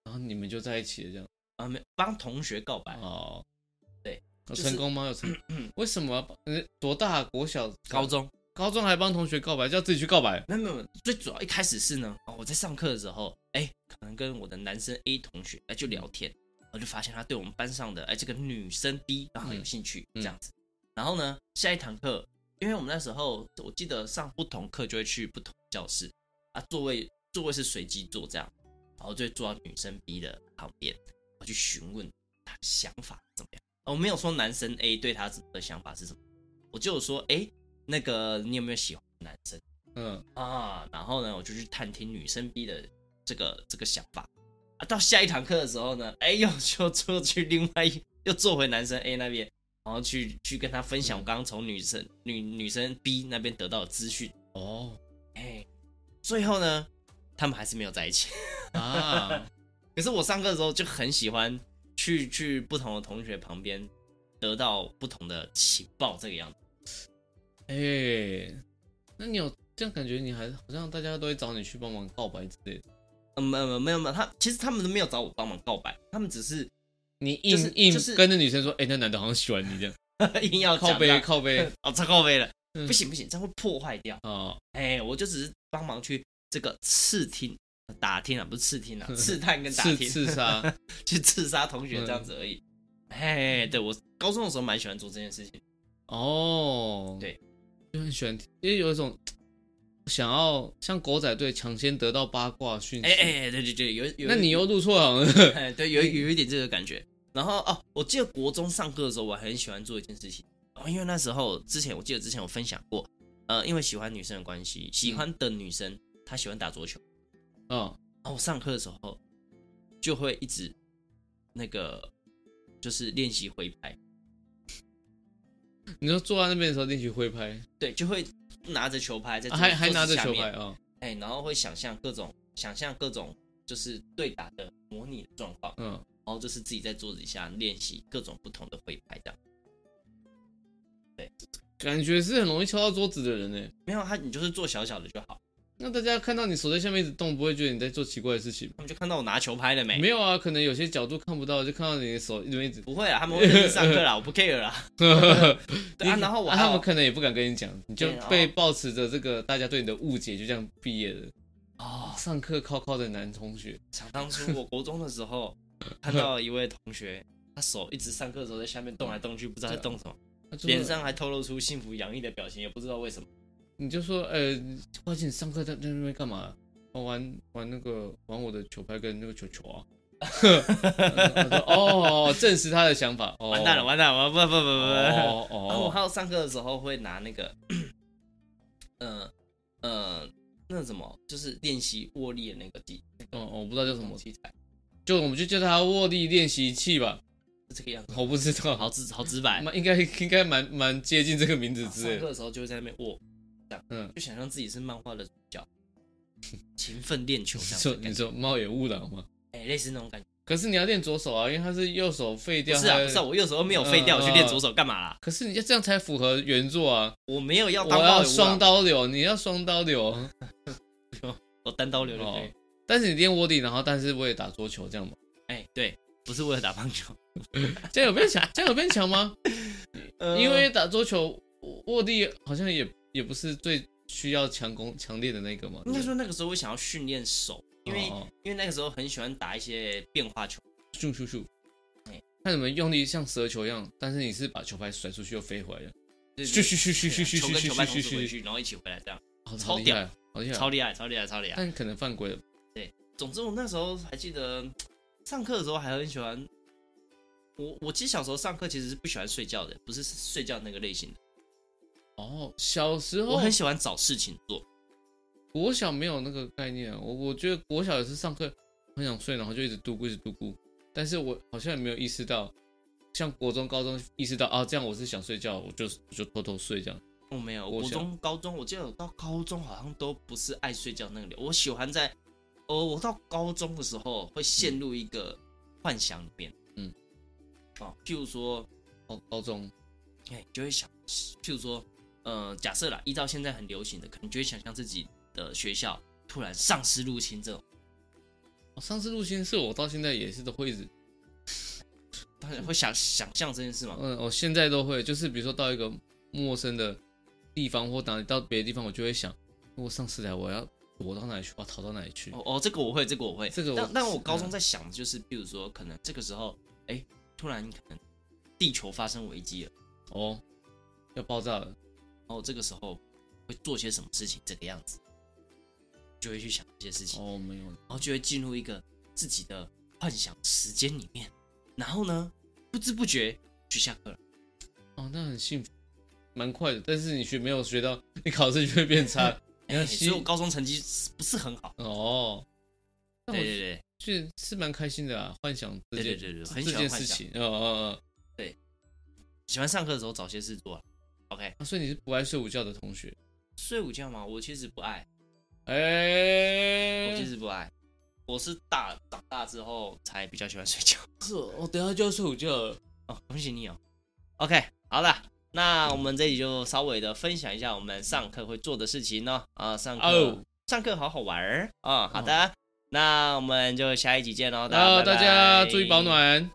S1: 然后你们就在一起了，这样
S2: 啊，没帮同学告白，
S1: 哦，
S2: 哎对，
S1: 有
S2: 就是
S1: 成功吗？有成，
S2: *clears throat*
S1: 为什么要帮？嗯，多大？国小、
S2: 高中
S1: 高中还帮同学告白，叫自己去告白？
S2: 没有没有，没有最主要一开始是呢，哦，我在上课的时候，哎，可能跟我的男生 A 同学哎就
S1: 嗯
S2: 聊天，我就发现他对我们班上的哎这个女生 B 然后很有兴趣、
S1: 嗯
S2: 这样子。然后呢，下一堂课，因为我们那时候我记得上不同课就会去不同教室啊，座位座位是随机坐这样，然后就会坐到女生 B 的旁边，我去询问他的想法怎么样。哦我没有说男生 A 对他的想法是什么，我就有说哎，那个你有没有喜欢的男生？
S1: 嗯，
S2: 啊，然后呢，我就去探听女生 B 的这个这个想法啊。到下一堂课的时候呢，哎呦，又坐去另外一，又坐回男生 A 那边，然后去去跟他分
S1: 嗯
S2: 享我刚刚从女生女女生 B 那边得到的资讯。
S1: 哦，
S2: 哎，最后呢，他们还是没有在一起。 *laughs*
S1: 啊，
S2: 可是我上课的时候就很喜欢去去不同的同学旁边得到不同的情报，这个样子。
S1: 哎、那你有这样感觉？你还好像大家都会找你去帮忙告白之类的，
S2: 嗯，没有没有没有没有，他其实他们都没有找我帮忙告白，他们只是 *laughs*
S1: 你
S2: 就
S1: 硬、
S2: 是
S1: 硬
S2: 就是
S1: 跟着女生说，哎、那男的好像喜欢你这样，
S2: 硬要
S1: 靠
S2: 讲
S1: 背
S2: 到
S1: 靠背
S2: *laughs* 哦，超靠背了，
S1: 嗯
S2: 不行不行，这样会破坏掉。
S1: 哦，
S2: 哎、我就只是帮忙去这个刺听、打听啊，不是刺听
S1: *laughs*
S2: 啊，刺探跟打
S1: 刺
S2: 听，
S1: 刺杀
S2: *laughs* 去刺杀同学
S1: 嗯
S2: 这样子而已。哎、对我高中的时候蛮喜欢做这件事情，
S1: 哦，
S2: 对，
S1: 就很喜欢听，因为有一种想要像狗仔队抢先得到八卦讯息，
S2: 哎、哎、对对对，有
S1: 嗯
S2: 有，
S1: 那你嗯又录错行
S2: *laughs*
S1: 了，
S2: 哎、对有有一点这个感觉。然后哦，我记得国中上课的时候，我还很喜欢做一件事情哦，因为那时候之前我记得之前有分享过，呃，因为喜欢女生的关系，喜欢的女生她喜欢打桌球。
S1: 嗯，
S2: 然后我哦上课的时候就会一直那个就是练习挥拍，
S1: 你就坐在那边的时候，进去挥拍，
S2: 对，就会拿着球拍在
S1: 啊
S2: 桌、
S1: 还还拿着
S2: 桌
S1: 球
S2: 子下
S1: 拍
S2: 面，
S1: 啊、哦
S2: 哎、然后会想象各种想象各种就是对打的模拟的状况，
S1: 嗯，
S2: 然后就是自己在桌子下练习各种不同的挥拍这样。
S1: 感觉是很容易敲到桌子的人呢、
S2: 没有啊他，你就是做小小的就好。
S1: 那大家看到你手在下面一直动，不会觉得你在做奇怪的事情吗？
S2: 他们就看到我拿球拍了没？
S1: 没有啊，可能有些角度看不到，就看到你的手一
S2: *laughs*
S1: 直一直。
S2: 不会啊，他们会认真上课啦，我不 care 啦。对
S1: *laughs*
S2: 啊，然后我
S1: 啊
S2: 还有
S1: 他们可能也不敢跟你讲，你就
S2: 对哦然后
S1: 被抱持着这个大家对你的误解，就这样毕业了。
S2: 哦，
S1: 上课靠靠的男同学，
S2: 想当初我国中的时候，看到一位同学，他手一直上课的时候在下面动来动去，不知道在动什么，
S1: 他就说
S2: 脸上还透露出幸福洋溢的表情，也不知道为什么。
S1: 你就说，呃，关键你上课在在那边干嘛？哦玩玩那个玩我的球拍跟那个球球啊。 *laughs* 他说哦，证实他的想法。哦、
S2: 完蛋了，完蛋了，不不不不
S1: 哦
S2: 不。然后我
S1: 哦
S2: *coughs* 还有上课的时候会拿那个，呃呃，那那什么，就是练习握力的那个机
S1: 哦、我不知道叫
S2: 什
S1: 什么
S2: 么，器材，
S1: 就我们就叫它握力练习器吧，
S2: 是这个样子。
S1: 我不知道，
S2: 好直好直白，
S1: 蛮应该应该蛮蛮接近这个名字之
S2: 嗯上
S1: 类
S2: 课
S1: 的。
S2: 的时候就会在那边握，这样，
S1: 嗯
S2: 就想象自己是漫画的主 *laughs* 角，勤奋练球
S1: 你
S2: 这样子
S1: 说
S2: 的感
S1: 你
S2: 觉，
S1: 说猫眼误导吗？
S2: 哎、类似那种感觉。
S1: 可是你要练左手啊，因为它是右手废
S2: 不
S1: 掉。
S2: 是啊，
S1: 它
S2: 不是啊，我右手又没有废掉，
S1: 嗯
S2: 我去练左手干嘛啦？
S1: 可是你要这样才符合原作啊！
S2: 我没有要
S1: 我
S2: 当啊刀
S1: 要
S2: 流
S1: 双
S2: 刀，
S1: 刀流，你要双刀流。
S2: 我单刀流就可以
S1: 哦。但是你练卧底，然后但是我也打桌球，这样吗？
S2: 哎、对，不是为了打棒球，
S1: 这样有变强？
S2: *laughs*
S1: 这样有变强吗？
S2: 呃
S1: 因为打桌球卧底好像也也不是最需要强攻强烈的那个嘛。
S2: 应该
S1: 对不
S2: 说那个时候我想要训练手，因
S1: 对
S2: 为、
S1: 哦哦
S2: 因为那个时候很喜欢打一些变化球，
S1: 咻咻咻
S2: 哎，
S1: 看你们用力像蛇球一样，但是你是把球拍甩出去又飞回来的，
S2: 对
S1: 咻
S2: 对
S1: 咻咻咻咻
S2: 对
S1: 咻咻
S2: 啊球跟
S1: 咻
S2: 球拍
S1: 咻
S2: 同时回
S1: 咻咻，
S2: 去，然后一起回来这样，
S1: 好
S2: 超
S1: 好厉
S2: 屌
S1: 害，好厉害，
S2: 超厉害，超厉害，超厉害。
S1: 但可能犯规了。
S2: 总之，我那时候还记得上课的时候还很喜欢。我我其实小时候上课其实是不喜欢睡觉的，不是睡觉那个类型的。
S1: 哦，小时候
S2: 我很喜欢找事情做，
S1: 国小没有那个概念啊，我我觉得国小也是上课很想睡，然后就一直嘟咕一直嘟咕，但是我好像也没有意识到，像国中、高中意识到啊，这样我是想睡觉，我就我就偷偷睡这样。
S2: 我哦没有。
S1: 我
S2: 国
S1: 想
S2: 中、高中，我记得我到高中好像都不是爱睡觉那个流，我喜欢在，哦，我到高中的时候会陷入一个幻想里面，
S1: 嗯，
S2: 哦，譬如说，
S1: 哦，高中
S2: 哎、就会想，譬如说，呃，假设啦，依照现在很流行的，可能就会想象自己的学校突然丧尸入侵这种。
S1: 哦上次入侵是我到现在也是都会一直，
S2: 当
S1: 嗯
S2: 然会想想象这件事嘛。
S1: 嗯，我现在都会，就是比如说到一个陌生的地方或哪里到别的地方，我就会想，如果上次来，我要躲到哪里去，我要逃到哪里去。
S2: 哦哦，这个我会，这个我会，
S1: 嗯这个我
S2: 但但我
S1: 嗯
S2: 高中在想，就是比如说，可能这个时候，哎、突然可能地球发生危机了，
S1: 哦，要爆炸了，
S2: 然哦后这个时候会做些什么事情，这个样子，就会去想这些事情，
S1: 哦，没有，
S2: 然后就会进入一个自己的幻想时间里面，然后呢，不知不觉去下课了。
S1: 哦，那很幸福，蛮快的。但是你学没有学到，你考试就会变差。你
S2: 哎
S1: 看
S2: 所
S1: 西
S2: 以我高中成绩是不是很好。
S1: 哦，那
S2: 对
S1: 我
S2: 对对
S1: 是是蛮开心的啊，幻想这
S2: 对
S1: 件
S2: 对对对，
S1: 这
S2: 很喜
S1: 这
S2: 欢
S1: 件
S2: 幻
S1: 事
S2: 想，
S1: 情。哦哦
S2: 喜欢上课的时候找些事做啊。OK，
S1: 哦，啊所以你是不爱睡午觉的同学。
S2: 睡午觉嘛，我其实不爱。
S1: 哎
S2: 我其实不爱，我是大长大之后才比较喜欢睡觉。
S1: 是哦，我等一下就要睡午觉了。
S2: 哦，恭喜你哦。OK，好了，那我们这里就稍微的分享一下我们上课会做的事情呢、啊，上课、
S1: 哦
S2: 上课好好玩儿啊、好的，那我们就下一集见喽，大家
S1: 那哦
S2: 拜
S1: 大家
S2: 拜
S1: 注意保暖。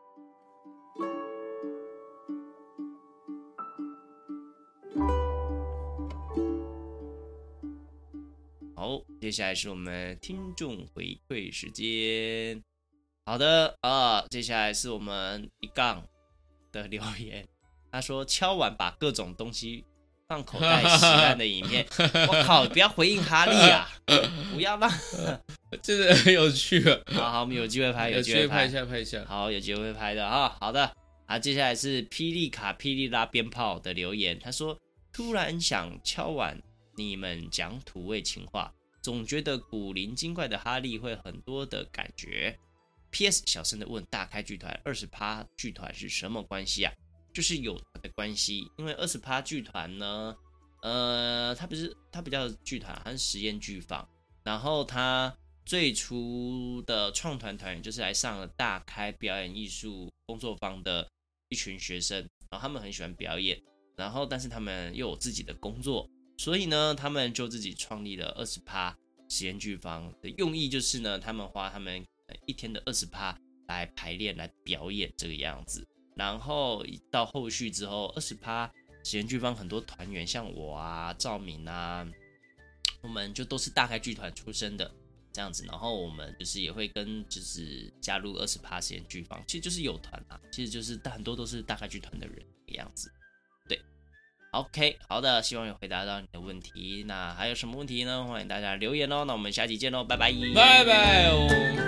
S1: *laughs*
S2: 好，接下来是我们听众回馈时间。好的啊，接下来是我们一杠的留言，他说敲碗把各种东西放口袋洗烂的
S1: *laughs*
S2: 影片，我靠，不要回应哈利啊，不要让，
S1: 真的很有趣啊，
S2: *laughs* 好好，我们有机会拍，
S1: 有
S2: 机
S1: 机
S2: 会
S1: 会拍一下拍一下。
S2: 好，有机会拍的啊。好的，啊，接下来是霹雳卡霹雳拉鞭炮的留言，他说突然想敲碗你们讲土味情话，总觉得古灵精怪的哈利会很多的感觉。P.S. 小声的问大开剧团二十趴剧团是什么关系啊？就是有团的关系，因为二十趴剧团呢，呃，它不是它不叫剧团，它是实验剧坊。然后他最初的创团团员就是来上了大开表演艺术工作坊的一群学生，然后他们很喜欢表演，然后但是他们又有自己的工作，所以呢，他们就自己创立了二十趴实验剧坊的用意就是呢，他们花他们呃一天的二十趴来排练来表演这个样子，然后到后续之后二十趴。实验剧坊很多团员，像我啊、赵敏啊，我们就都是大概剧团出身的这样子，然后我们就是也会跟就是加入二十趴实验剧坊，其实就是有团啊，其实就是大很多都是大概剧团的人的样子。对，OK，好的，希望有回答到你的问题。那还有什么问题呢？欢迎大家留言哦。那我们下期见喽，拜拜，
S1: 拜拜哦。